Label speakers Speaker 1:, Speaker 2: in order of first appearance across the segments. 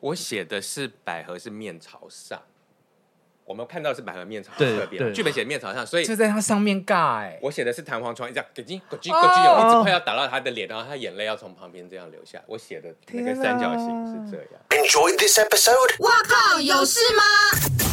Speaker 1: 我写的是百合是面朝上，我们看到是百合面朝
Speaker 2: 对
Speaker 1: 这边，
Speaker 2: 对
Speaker 1: 剧本写面朝上，所以
Speaker 3: 就在它上面尬哎、
Speaker 1: 我写的是弹簧床，这样咯叽咯叽
Speaker 3: 哦
Speaker 1: 咯叽，一直快要打到他的脸，然后他眼泪要从旁边这样流下来。我写的那个
Speaker 3: 天啊
Speaker 1: 三角形是这样。
Speaker 4: Enjoyed this episode?
Speaker 5: 哇靠，有事吗？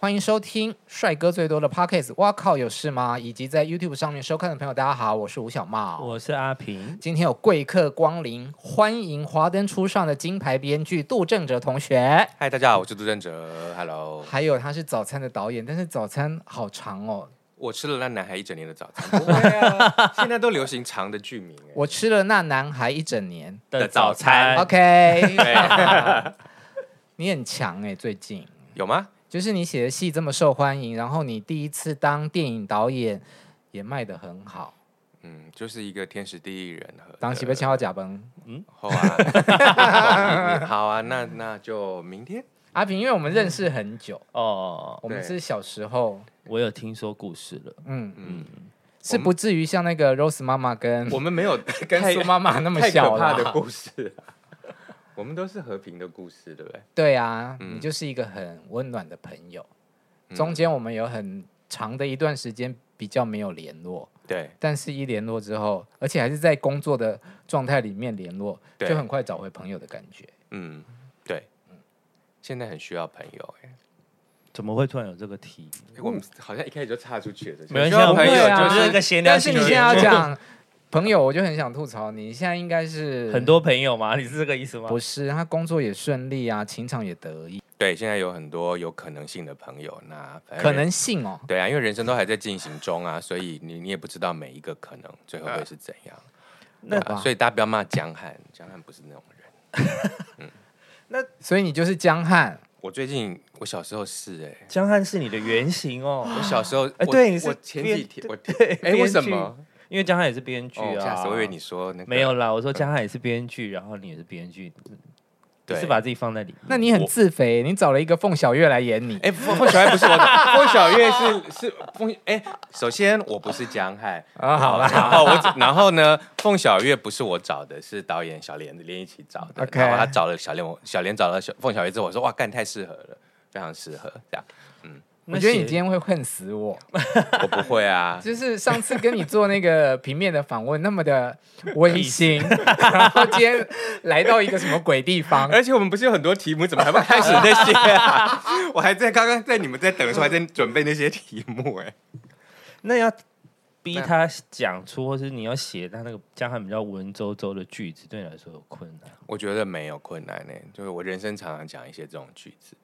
Speaker 3: 欢迎收听帅哥最多的 Pockets，哇靠，有事吗？以及在 YouTube 上面收看的朋友，大家好，我是吴小茂。
Speaker 2: 我是阿平，
Speaker 3: 今天有贵客光临，欢迎华灯初上的金牌编剧杜正哲同学，
Speaker 1: 嗨，大家好，我是杜振哲，Hello。
Speaker 3: 还有他是早餐的导演，但是早餐好长哦，
Speaker 1: 我吃了那男孩一整年的早餐。不会啊， 现在都流行长的剧名欸。
Speaker 3: 我吃了那男孩一整年。
Speaker 1: 的早餐哎
Speaker 3: OK，
Speaker 1: 对
Speaker 3: 你很强哎、最近
Speaker 1: 有吗？
Speaker 3: 就是你写的戏这么受欢迎，然后你第一次当电影导演也卖得很好，
Speaker 1: 嗯，就是一个天时地利人和的。
Speaker 3: 当时被签到甲崩。
Speaker 1: 好啊， 好啊，那那就明天。
Speaker 3: 阿平，因为我们
Speaker 1: 嗯
Speaker 3: 认识很久，
Speaker 2: 哦，
Speaker 3: 我们
Speaker 1: 对
Speaker 3: 是小时候，
Speaker 2: 我有听说故事了，
Speaker 3: 嗯嗯
Speaker 1: 嗯，
Speaker 3: 是不至于像那个 Rose 妈妈跟
Speaker 1: 我们没有
Speaker 3: 跟
Speaker 1: 太
Speaker 3: 苏妈妈那么
Speaker 1: 太
Speaker 3: 小
Speaker 1: 可怕
Speaker 3: 啦
Speaker 1: 的故事 啊、我们都是和平的故事，对不对？
Speaker 3: 对啊，
Speaker 1: 嗯
Speaker 3: 你就是一个很温暖的朋友。中间我们有很长的一段时间比较没有联络，
Speaker 1: 对
Speaker 3: 但是一联络之后，而且还是在工作的状态里面联络，
Speaker 1: 对
Speaker 3: 就很快找回朋友的感觉。
Speaker 1: 嗯，对，现在很需要朋友哎、
Speaker 2: 怎么会突然有这个题？
Speaker 1: 哎我们好像一开始就岔出去了，
Speaker 2: 没
Speaker 1: 需
Speaker 2: 关系
Speaker 1: 要
Speaker 2: 我
Speaker 1: 朋
Speaker 2: 们
Speaker 1: 友
Speaker 3: 对
Speaker 1: 就
Speaker 3: 啊
Speaker 2: 就是是一个闲聊
Speaker 3: 但是
Speaker 2: 性
Speaker 3: 你
Speaker 2: 的
Speaker 3: 现在要
Speaker 2: 节目，
Speaker 3: 讲朋友，我就很想吐槽你，你现在应该是
Speaker 2: 很多朋友吗？你是这个意思吗？
Speaker 3: 不是他工作也顺利啊，情场也得意，
Speaker 1: 对，现在有很多有可能性的朋友，那反正
Speaker 3: 可能性哦。
Speaker 1: 对啊，因为人生都还在进行中啊，所以你你也不知道每一个可能最后会是怎样。
Speaker 2: 那
Speaker 1: 对啊所以大家不要骂江汉，江汉不是那种人。
Speaker 3: 所以你就是江汉，
Speaker 1: 我最近我小时候是哎、
Speaker 2: 江汉是你的原型
Speaker 1: 我
Speaker 2: 哦，
Speaker 1: 小时候，
Speaker 2: 哎
Speaker 1: 我
Speaker 2: 对你是
Speaker 1: 我前
Speaker 2: 编
Speaker 1: 几天我哎、
Speaker 2: 编
Speaker 1: 为什
Speaker 2: 剧
Speaker 1: 么？
Speaker 2: 因为江汉也是编剧
Speaker 1: 哦
Speaker 2: 啊。
Speaker 1: 吓死我以为你说那个
Speaker 2: 没有啦，我说江汉也是编剧，然后你也是编剧，
Speaker 1: 对
Speaker 2: 是把自己放在里面。
Speaker 3: 那你很
Speaker 1: 我
Speaker 3: 自肥，你找了一个凤小岳来演你。
Speaker 1: 哎，凤凤小岳不是 我的，凤小岳是是凤哎。首先，我不是江汉
Speaker 3: 啊 好啦
Speaker 1: 然后我只然后呢，凤小岳不是我找的，是导演小莲连一起找的。
Speaker 3: OK
Speaker 1: 然后他找了小莲，我小莲找到小凤小岳之后，我说哇，干太适合了，非常适合这样。
Speaker 2: 那
Speaker 3: 我觉得你
Speaker 2: 写
Speaker 3: 今天会恨死我，
Speaker 1: 我不会啊，
Speaker 3: 就是上次跟你做那个平面的访问那么的温 馨，然后今天来到一个什么鬼地方，
Speaker 1: 而且我们不是有很多题目，怎么还不开始那些啊？ 我还在刚刚在你们在等的时候，还在准备那些题目哎。
Speaker 2: 那要逼他讲出，或是你要写他那个江汉比较文绉绉的句子，对你来说有困难。
Speaker 1: 我觉得没有困难呢、就是我人生常常讲一些这种句子，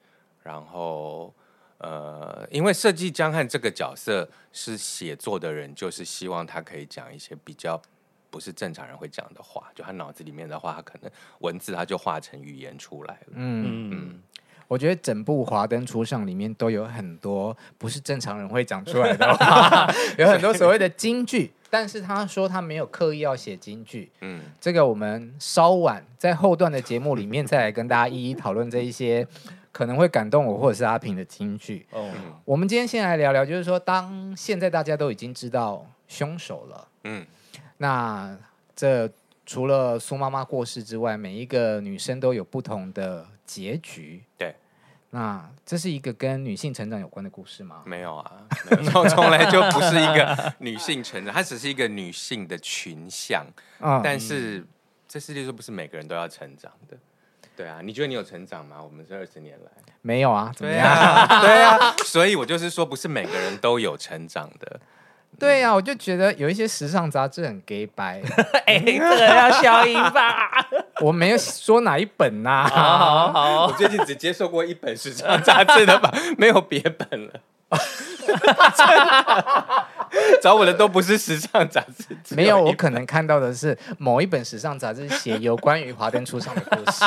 Speaker 1: 然后呃，因为设计江汉这个角色是写作的人，就是希望他可以讲一些比较不是正常人会讲的话，就他脑子里面的话，他可能文字他就化成语言出来了。
Speaker 3: 嗯，
Speaker 2: 嗯，
Speaker 3: 我觉得整部《华灯初上》里面都有很多不是正常人会讲出来的 话，有很多所谓的金句，但是他说他没有刻意要写金句，
Speaker 1: 嗯，
Speaker 3: 这个我们稍晚在后段的节目里面再来跟大家一一讨论这一些可能会感动我或者是阿平的金句。
Speaker 2: 哦，
Speaker 3: 我们今天先来聊聊，就是说，当现在大家都已经知道凶手了，
Speaker 1: 嗯，
Speaker 3: 那这除了苏妈妈过世之外，每一个女生都有不同的结局。
Speaker 1: 对，
Speaker 3: 那这是一个跟女性成长有关的故事吗？
Speaker 1: 没有啊，没有从 从来就不是一个女性成长，它只是一个女性的群像，
Speaker 3: 啊、
Speaker 1: 但是这世界上不是每个人都要成长的。对啊，你觉得你有成长吗？我们这二十年来。
Speaker 3: 没有啊，怎么
Speaker 1: 对
Speaker 3: 样？
Speaker 1: 啊，对啊，所以我就是说，不是每个人都有成长的。
Speaker 3: 对啊，我就觉得有一些时尚杂志很 gay 白，
Speaker 2: 哎，这个要消音吧？
Speaker 3: 我没有说哪一本啊呐、
Speaker 2: 好好
Speaker 1: 我
Speaker 2: 好，
Speaker 1: 最近只接受过一本时尚杂志的吧， 没有别本了。 真的找我的都不是时尚杂志，只
Speaker 3: 没有，我
Speaker 1: 一
Speaker 3: 可能看到的是某一本时尚杂志 写有关于华灯初上的故 事。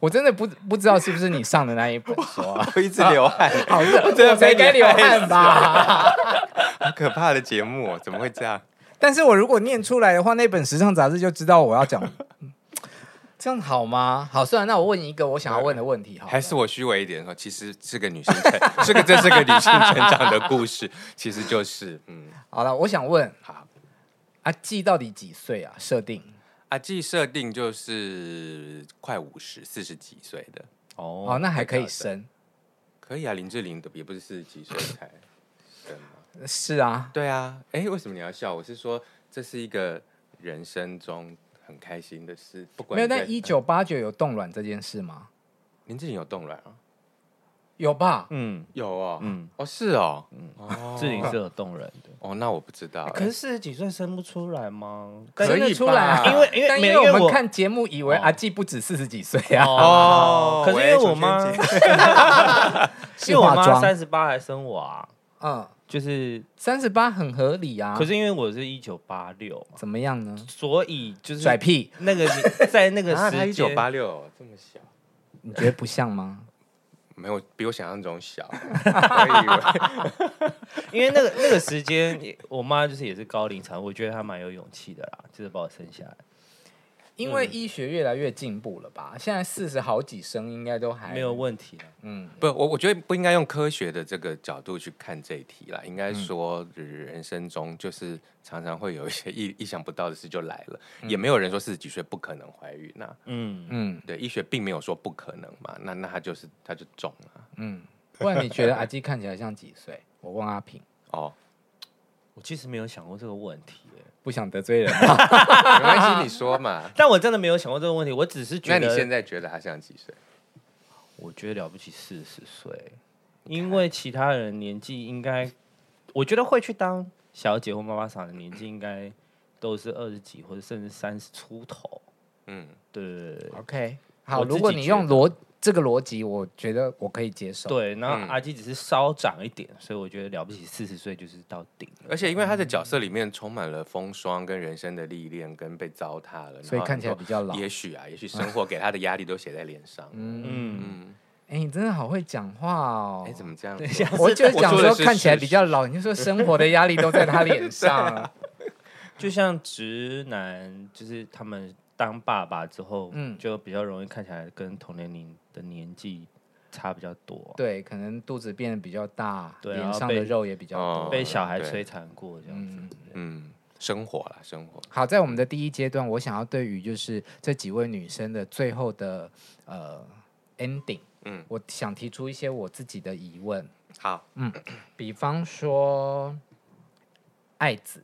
Speaker 3: 我真的不不知道是不是你上的那一本书啊，
Speaker 1: 我一直流汗，
Speaker 3: 好热，
Speaker 1: 真的被
Speaker 3: 谁该
Speaker 1: 你
Speaker 3: 流
Speaker 1: 害
Speaker 3: 汗吧？
Speaker 1: 好可怕的节目、哦，怎么会这样？
Speaker 3: 但是我如果念出来的话，那本时尚杂志就知道我要讲， 这样好吗？好，算了，那我问一个我想要问的问题好 了，
Speaker 1: 还是我虚伪一点说，其实是个女性成， 这个这是个女性成长的故事， 其实就是嗯，
Speaker 3: 好了，我想问
Speaker 1: 好
Speaker 3: 啊，季到底几岁啊？设定
Speaker 1: 阿纪设定就是快五十、四十几岁的，
Speaker 2: 哦
Speaker 3: 哦，那还可以
Speaker 1: 太小
Speaker 3: 生，
Speaker 1: 可以啊。林志玲的也不是四十几岁才生吗？
Speaker 3: 是啊，
Speaker 1: 对啊，哎，为什么你要笑？我是说，这是一个人生中很开心的事，不管
Speaker 3: 没有。
Speaker 1: 你在
Speaker 3: 但一九八九有冻卵这件事吗？
Speaker 1: 林志玲有冻卵啊？
Speaker 3: 有吧？
Speaker 2: 嗯
Speaker 1: 有哦，
Speaker 2: 嗯，
Speaker 1: 哦是哦，嗯，
Speaker 2: 志玲是有动人的。
Speaker 1: 哦，那我不知道，
Speaker 2: 可是四十几岁生不出来吗？
Speaker 1: 可以
Speaker 3: 生得出来啊，
Speaker 1: 吧因
Speaker 2: 为因为
Speaker 3: 但
Speaker 2: 没
Speaker 3: 因
Speaker 2: 有因为
Speaker 3: 我们
Speaker 2: 我
Speaker 3: 看节目以为
Speaker 2: 哦
Speaker 3: 阿纪不止四十几岁啊，
Speaker 1: 哦
Speaker 2: 可是因为我妈，
Speaker 1: 喂
Speaker 2: 因为我妈三十八还生我啊，
Speaker 3: 嗯，
Speaker 2: 就是，
Speaker 3: 三十八很合理啊。
Speaker 2: 可是因为我是一九八六嘛，
Speaker 3: 怎么样呢？
Speaker 2: 所以就是
Speaker 3: 甩屁，
Speaker 2: 那个你在那个
Speaker 1: 啊，她
Speaker 2: 时
Speaker 1: 一九
Speaker 2: 间，
Speaker 1: 八六，这么小。
Speaker 3: 你觉得不像吗？
Speaker 1: 没有比我想象中小， 我以为
Speaker 2: 因为那个那个时间，我妈就是也是高龄产妇，我觉得她蛮有勇气的啦，就是把我生下来。
Speaker 3: 因为医学越来越进步了吧？现在四十好几生应该都还
Speaker 1: 哎
Speaker 2: 没有，问题啦。
Speaker 3: 嗯，
Speaker 1: 不，我我觉得不应该用科学的这个角度去看这一题啦，应
Speaker 3: 嗯
Speaker 1: 该说人生中就是常常会有一些意意想不到的事就来了，也没有人说四十几岁不可能怀孕呐、
Speaker 2: 嗯，
Speaker 3: 嗯
Speaker 1: 对，医学并没有说不可能嘛，那那他就是他就中了、
Speaker 3: 嗯。不然你觉得阿纪看起来像几岁？我问阿平，
Speaker 1: 哦，
Speaker 2: 我其实没有想过这个问题耶、。
Speaker 3: 不想得罪人。
Speaker 1: 没关系，你说嘛
Speaker 2: 但我真的没有想过这个问题，我只是觉
Speaker 1: 那
Speaker 2: 得，
Speaker 1: 你现在觉得他像几岁？
Speaker 2: 我觉得了不起四十岁，因为其他人年纪应该，我觉得会去当小姐或妈妈桑的年纪应该都是二十几或者甚至三十出头。
Speaker 1: 嗯，
Speaker 2: 对对对
Speaker 3: OK，
Speaker 2: 我
Speaker 3: 好，
Speaker 2: 自己
Speaker 3: 如果你用逻这个逻辑，我觉得我可以接受。，
Speaker 2: 对，然后
Speaker 1: 嗯
Speaker 2: 阿基只是稍长一点，所以我觉得了不起四十岁就是到顶了。
Speaker 1: 而且因为他的角色里面充满了风霜跟人生的历练跟被糟蹋了，
Speaker 3: 所以
Speaker 1: 然后
Speaker 3: 看起来
Speaker 1: 很多
Speaker 3: 比较老
Speaker 1: 也许啊，也许生活给他的压力都写在脸上。
Speaker 2: 嗯，
Speaker 1: 嗯，
Speaker 3: 哎，你真的好会讲话哦
Speaker 1: 哎、。怎么这样？
Speaker 2: 等一下，
Speaker 3: 我就是讲
Speaker 1: 我说
Speaker 3: 说
Speaker 1: 的是
Speaker 3: 看起来
Speaker 1: 事
Speaker 3: 比较老，你就说生活的压力都在他脸上。啊
Speaker 2: 就像直男，就是他们当爸爸之后，嗯，
Speaker 3: 嗯
Speaker 2: 就比较容易看起来跟同年龄的年纪差比较多啊、
Speaker 3: 对，可能肚子变得比较大，
Speaker 2: 对
Speaker 3: 脸
Speaker 2: 然后
Speaker 3: 上
Speaker 2: 被
Speaker 3: 的肉也比较
Speaker 1: 哦
Speaker 3: 多。
Speaker 2: 被小孩
Speaker 1: 对
Speaker 2: 摧残过这样子。
Speaker 1: 嗯，生活啦，生活。
Speaker 3: 好，在我们的第一阶段，我想要对于就是这几位女生的最后的呃 ending，
Speaker 1: 嗯
Speaker 3: 嗯，我想提出一些我自己的疑问，
Speaker 1: 好，
Speaker 3: 比方说爱子，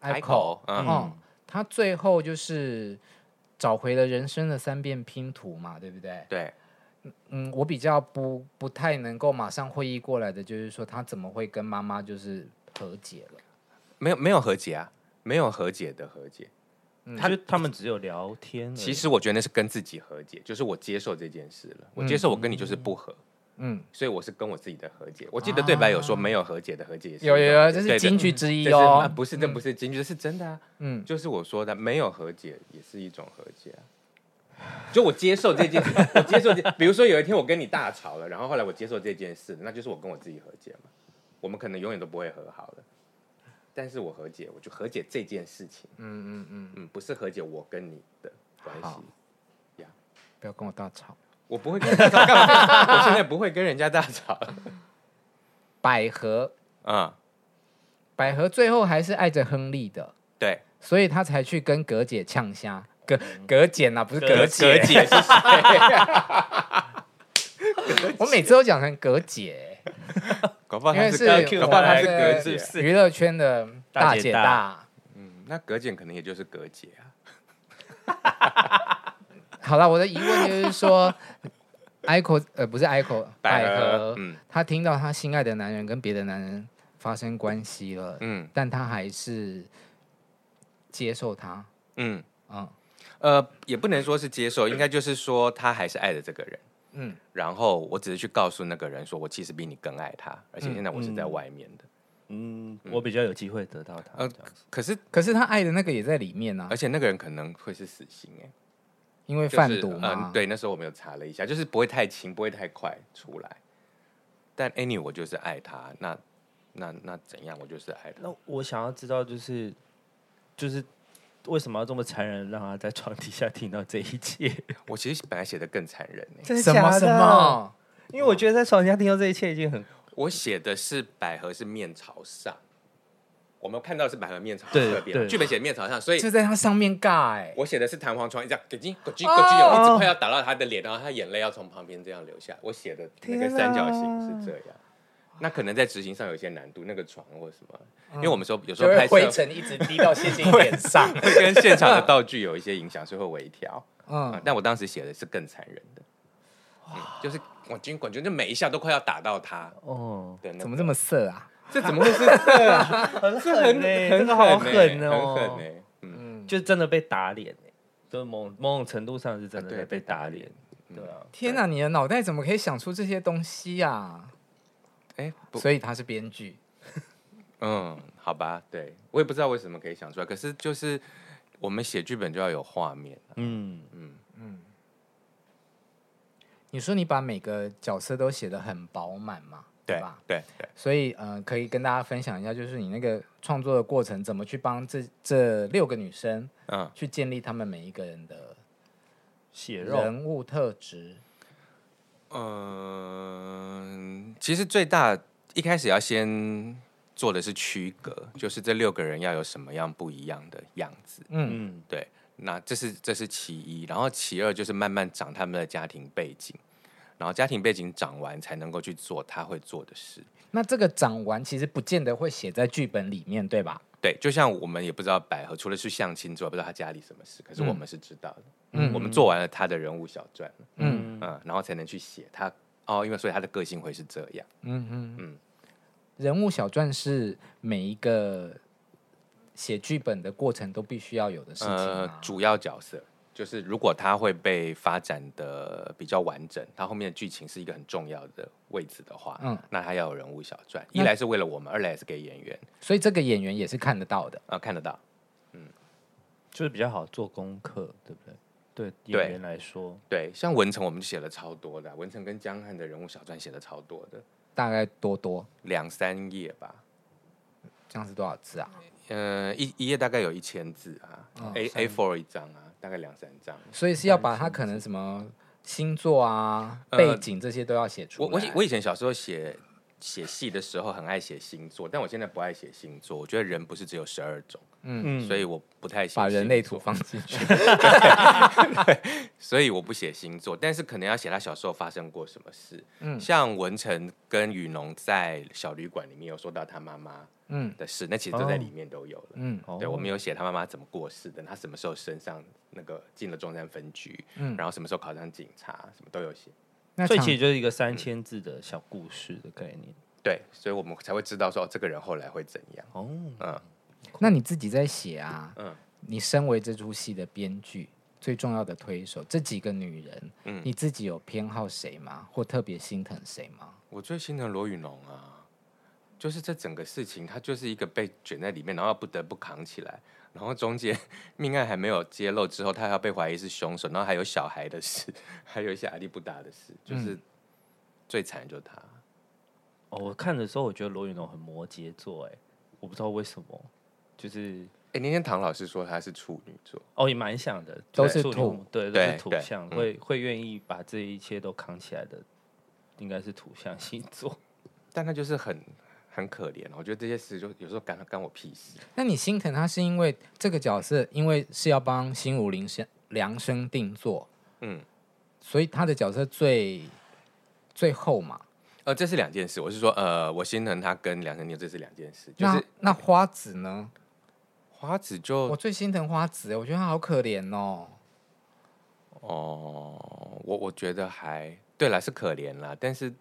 Speaker 3: 爱口，，
Speaker 1: 嗯，
Speaker 3: 哦，她最后就是找回了人生的三遍拼图嘛，对不对？
Speaker 1: 对，
Speaker 3: 嗯，我比较不不太能够马上会意过来的，就是说她怎么会跟妈妈就是和解了？
Speaker 1: 没有没有和解啊，没有和解的和解。
Speaker 2: 他就他们只有聊天而
Speaker 3: 嗯
Speaker 2: 已。
Speaker 1: 其实我觉得那是跟自己和解，就是我接受这件事了，我接受我跟你就是不和，
Speaker 3: 嗯，啊
Speaker 1: 所以我是跟我自己的和解。我记得对白有说没有和解的和解也是
Speaker 3: 有有有，
Speaker 1: 一
Speaker 3: 这
Speaker 1: 种
Speaker 3: 是金句之
Speaker 1: 对
Speaker 3: 一
Speaker 1: 对这是啊
Speaker 3: 哦。
Speaker 1: 不是这不是金句，这是真的啊，
Speaker 3: 嗯，
Speaker 1: 就是我说的没有和解也是一种和解啊。就我接受这件事， 我接受这，比如说有一天我跟你大吵了，然后后来我接受这件事，那就是我跟我自己和解嘛。我们可能永远都不会和好了，但是我和解，我就和解这件事情，
Speaker 3: 嗯嗯嗯，
Speaker 1: 嗯，不是和解我跟你的关系
Speaker 3: 好，不要跟我大吵。
Speaker 1: 我不会跟人家大吵，干嘛我现在不会跟人家大 吵，
Speaker 3: 百合，
Speaker 1: 嗯，
Speaker 3: 百合最后还是爱着亨利的，
Speaker 1: 对，
Speaker 3: 所以他才去跟葛姐呛虾。葛葛姐呐、不是
Speaker 1: 姐，
Speaker 3: 葛姐，
Speaker 1: 葛姐是
Speaker 3: 我每次都讲成葛姐，
Speaker 1: 搞不好
Speaker 3: 因
Speaker 1: 他
Speaker 3: 为
Speaker 1: 是
Speaker 3: 是
Speaker 1: 葛
Speaker 2: 葛
Speaker 1: 搞不好他是
Speaker 2: 我
Speaker 1: 葛
Speaker 2: 们
Speaker 1: 姐啊，
Speaker 2: 是
Speaker 3: 娱乐圈的大
Speaker 2: 大
Speaker 3: 姐
Speaker 2: 姐大
Speaker 3: 大。
Speaker 1: 嗯，那葛姐可能也就是葛姐啊，
Speaker 3: 好了，我的疑问就是说，Ico 呃不是 Ico 百合，
Speaker 1: 嗯
Speaker 3: 她听到她心爱的男人跟别的男人发生关系了，
Speaker 1: 嗯
Speaker 3: 但她还是接受他，
Speaker 1: 嗯。
Speaker 3: 嗯
Speaker 1: 呃，也不能说是接受，应该就是说他还是爱着这个人。
Speaker 3: 嗯，
Speaker 1: 然后我只是去告诉那个人说，我其实比你更爱他，而且现在我是在
Speaker 2: 嗯
Speaker 1: 外面的。
Speaker 2: 嗯，我比较有机会得到他。
Speaker 1: 呃
Speaker 2: 这样子
Speaker 1: 可是，
Speaker 3: 可是她爱的那个也在里面啊
Speaker 1: 而，且那个人可能会是死刑哎、
Speaker 3: 因为
Speaker 1: 就是
Speaker 3: 贩毒
Speaker 1: 嗯、
Speaker 3: 嘛，
Speaker 1: 对，那时候我没有查了一下，就是不会太勤，不会太快出来。但 anyway，我就是爱他，那那那怎样？我就是爱他。
Speaker 2: 那我想要知道，就是就是为什么要这么残忍，让他在床底下听到这一切？
Speaker 1: 我其实本来写的更残忍、欸，
Speaker 2: 真的
Speaker 3: 什么什？么？
Speaker 2: 因为我觉得在床底下听到这一切已经很
Speaker 1: 我写的是百合是面朝上，我们看到是板和面朝
Speaker 2: 对
Speaker 1: 这边，
Speaker 2: 对
Speaker 1: 剧本写面朝上，所以
Speaker 3: 就在它上面盖，
Speaker 1: 我写的是弹簧床，这样咯叽咯叽
Speaker 3: 哦
Speaker 1: 咯叽，有一直快要打到他的脸，然后他眼泪要从旁边这样流下。我写的那个
Speaker 3: 天啊
Speaker 1: 三角形是这样，那可能在执行上有一些难度，那个床或什么，因为我们说有时
Speaker 3: 就
Speaker 1: 候
Speaker 3: 嗯会
Speaker 1: 拍
Speaker 3: 灰
Speaker 1: 摄
Speaker 3: 尘一直滴到谢欣脸上。
Speaker 1: 会跟现场的道具有一些影响，所以会微调。啊
Speaker 3: 嗯，
Speaker 1: 但我当时写的是更残忍的，嗯就是滚军滚军，就每一下都快要打到他
Speaker 2: 哦，
Speaker 1: 的那
Speaker 3: 怎
Speaker 1: 种
Speaker 3: 么这么色啊？
Speaker 1: 这怎么会是这样？
Speaker 2: 很
Speaker 1: 这很
Speaker 2: 欸
Speaker 1: 很
Speaker 2: 这个好
Speaker 1: 狠欸
Speaker 2: 哦，
Speaker 1: 很狠欸嗯，
Speaker 3: 嗯，
Speaker 2: 就真的被打脸欸就某某种程度上是真
Speaker 1: 啊
Speaker 2: 的
Speaker 1: 对
Speaker 2: 在被
Speaker 1: 被打
Speaker 2: 打
Speaker 1: 脸
Speaker 2: 脸，对啊，
Speaker 3: 天哪，你的脑袋怎么可以想出这些东西呀？
Speaker 1: 哎，不，
Speaker 3: 所以他是编剧，
Speaker 1: 嗯，好吧，对我也不知道为什么可以想出来，可是就是我们写剧本就要有画面，
Speaker 2: 嗯，
Speaker 1: 嗯，
Speaker 3: 你说你把每个角色都写的很饱满嘛，
Speaker 1: 对
Speaker 3: 吧？
Speaker 1: 对对，
Speaker 3: 所以呃，可以跟大家分享一下，就是你那个创作的过程，怎么去帮这这六个女生
Speaker 1: 嗯，
Speaker 3: 去建立她们每一个人的
Speaker 2: 血肉，
Speaker 3: 人物特质。
Speaker 1: 嗯，其实最大一开始要先做的是区隔，就是这六个人要有什么样不一样的样子。
Speaker 3: 嗯
Speaker 2: 嗯，
Speaker 1: 对，那这是这是其一，然后其二就是慢慢长他们的家庭背景，然后家庭背景长完才能够去做他会做的事。
Speaker 3: 那这个长完其实不见得会写在剧本里面，对吧？
Speaker 1: 对，就像我们也不知道百合除了去相亲之外，不知道他家里什么事，可是
Speaker 3: 嗯
Speaker 1: 我们是知道的。
Speaker 3: 嗯
Speaker 1: 嗯，我们做完了他的人物小传，
Speaker 3: 嗯
Speaker 1: 嗯，然后才能去写他哦，因为所以他的个性会是这样。
Speaker 3: 嗯嗯嗯
Speaker 1: 嗯。
Speaker 3: 人物小传是每一个写剧本的过程都必须要有的事情啊
Speaker 1: 呃
Speaker 3: 吗，
Speaker 1: 主要角色就是如果他会被发展的比较完整，他后面的剧情是一个很重要的位置的话，
Speaker 3: 嗯
Speaker 1: 嗯，那他要有人物小传，一
Speaker 3: 那
Speaker 1: 来是为了我们，二来也是给演员
Speaker 3: 所以这个演员也是看得到的。
Speaker 1: 啊、呃看得到。
Speaker 2: 就是比较好做功课，对不对？对
Speaker 1: 对
Speaker 2: 演员来说，
Speaker 1: 对，像文成我们就写了超多的啊、文成跟江汉的人物小传写了超多的，
Speaker 3: 大概多多
Speaker 1: 两三页吧。
Speaker 3: 这样是多少字啊？
Speaker 1: 呃，一一页大概有一千字啊、a
Speaker 3: 哦
Speaker 1: A four 一张啊，大概两三张。
Speaker 3: 所以是要把他可能什么星座啊、
Speaker 1: 呃
Speaker 3: 背景这些都要写出
Speaker 1: 我
Speaker 3: 来。
Speaker 1: 我以我以前小时候写写戏的时候很爱写星座，但我现在不爱写星座。我觉得人不是只有十二种，
Speaker 2: 嗯
Speaker 1: 所以我不太写
Speaker 3: 把人
Speaker 1: 星
Speaker 3: 类图
Speaker 1: 座
Speaker 3: 放进 去。
Speaker 1: 所以我不写星座，但是可能要写他小时候发生过什么事。
Speaker 3: 嗯
Speaker 1: 像文成跟雨农在小旅馆里面有说到他妈妈
Speaker 3: 嗯
Speaker 1: 的事，那其实都在
Speaker 2: 哦
Speaker 1: 里面都有了。
Speaker 3: 嗯
Speaker 2: 哦
Speaker 1: 对，我们有写他妈妈怎么过世的，他什么时候升上那个进了中山分局，
Speaker 3: 嗯
Speaker 1: 然后什么时候考上警察，什么都有写。
Speaker 3: 那
Speaker 2: 所以
Speaker 3: 场
Speaker 2: 其实就是一个
Speaker 1: 嗯
Speaker 2: 三千字的小故事的概念。
Speaker 1: 对，所以我们才会知道说、哦、这个人后来会怎样。
Speaker 2: 哦，
Speaker 1: 嗯
Speaker 3: 那你自己在写啊？
Speaker 1: 嗯
Speaker 3: 你身为这出戏的编剧，最重要的推手，这几个女人，
Speaker 1: 嗯，
Speaker 3: 你自己有偏好谁吗？或特别心疼谁吗？
Speaker 1: 我最心疼罗雨农啊，就是这整个事情，他就是一个被卷在里面，然后不得不扛起来，然后中间 命案还没有揭露之后，他还要被怀疑是凶手，然后还有小孩的事， 还有一些阿力不达的事，就是、最惨就是他。
Speaker 2: 哦，我看的时候我觉得罗云龙很摩羯座，哎，我不知道为什么，就是
Speaker 1: 哎、那天唐老师说他是处女座，
Speaker 2: 哦也蛮像的，
Speaker 3: 都
Speaker 2: 对
Speaker 3: 是
Speaker 2: 处女
Speaker 3: 土
Speaker 2: 座对，都
Speaker 1: 对
Speaker 2: 是土
Speaker 1: 对
Speaker 2: 象，
Speaker 1: 嗯
Speaker 2: 会会愿意把这一切都扛起来的，应该是土象星 座。
Speaker 1: 但他就是很很可怜，哦我觉得这些事就有时候干干我屁事。
Speaker 3: 那你心疼她是因为这个角色，因为是要帮辛武林生量身定做，
Speaker 1: 嗯，
Speaker 3: 所以她的角色最最后嘛。
Speaker 1: 呃，这是两件事，我是说，呃，我心疼他跟梁晨妞，这是两件事，就是
Speaker 3: 那那花子呢？
Speaker 1: 花子
Speaker 3: 我
Speaker 1: 就
Speaker 3: 最心疼花子，我觉得她好可怜哦。
Speaker 1: 哦，我我觉得还对啦，是可怜啦，但是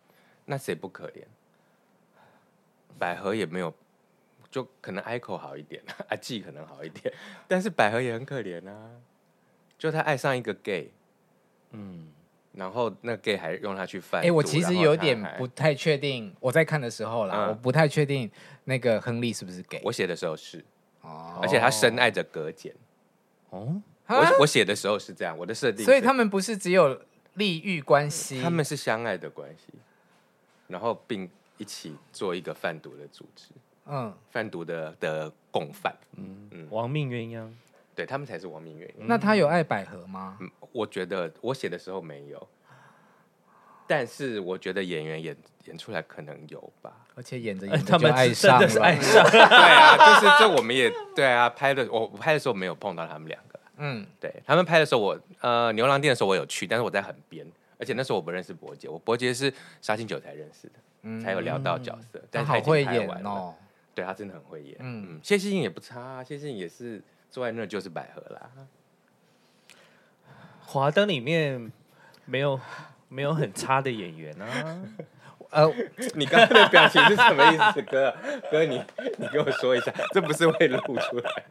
Speaker 1: 那谁不可怜？百合也没有，就可能 Echo 好一点，阿纪可能好一点，但是百合也很可怜啊，就她爱上一个 gay，
Speaker 2: 嗯，
Speaker 1: 然后那 gay 还用她去贩
Speaker 3: 哎、
Speaker 1: 毒，
Speaker 3: 我其
Speaker 1: 然
Speaker 3: 实
Speaker 1: 后
Speaker 3: 有
Speaker 1: 她
Speaker 3: 点
Speaker 1: 还
Speaker 3: 不太确定，我在看的时候啦，
Speaker 1: 嗯
Speaker 3: 我不太确定那个亨利是不是给
Speaker 1: 我写的时候是，
Speaker 3: 哦，
Speaker 1: 而且他深爱着葛简。
Speaker 2: 哦，
Speaker 3: 啊
Speaker 1: 我我写的时候是这样，我的设定是，嗯
Speaker 3: 所以他们不是只有利欲关系，
Speaker 1: 他们是相爱的关系，然后并一起做一个贩毒的组织，
Speaker 3: 嗯，
Speaker 1: 贩毒的的共犯，嗯
Speaker 2: 亡命鸳鸯，
Speaker 1: 对他们才是亡命鸳鸯。
Speaker 3: 那他有爱百合吗？
Speaker 1: 嗯，我觉得我写的时候没有，但是我觉得演员演演出来可能有吧。
Speaker 3: 而且演着
Speaker 2: 哎
Speaker 3: 演着
Speaker 2: 他
Speaker 3: 就
Speaker 2: 们
Speaker 3: 爱
Speaker 2: 真
Speaker 3: 上
Speaker 2: 的是爱
Speaker 3: 了，
Speaker 2: 上，
Speaker 1: 对啊，就是这我们也对啊，拍的我我拍的时候没有碰到他们两个，
Speaker 3: 嗯，
Speaker 1: 对他们拍的时候我呃牛郎店的时候我有去，但是我在很边，而且那时候我不认识伯杰，我伯杰是杀青酒才认识的，才有聊到角色，但
Speaker 3: 嗯他
Speaker 1: 是他
Speaker 3: 好
Speaker 1: 已经
Speaker 3: 会
Speaker 1: 拍
Speaker 3: 演
Speaker 1: 完了，
Speaker 3: 哦，
Speaker 1: 对他真的很会演，
Speaker 3: 嗯
Speaker 1: 嗯，谢欣颖也不差、啊，谢欣颖也是坐在那就是百合啦，
Speaker 2: 华灯里面没有没有很差的演员啊，
Speaker 3: 呃，
Speaker 1: 你刚才的表情是什么意思，哥哥你你给我说一下，这不是会录出来，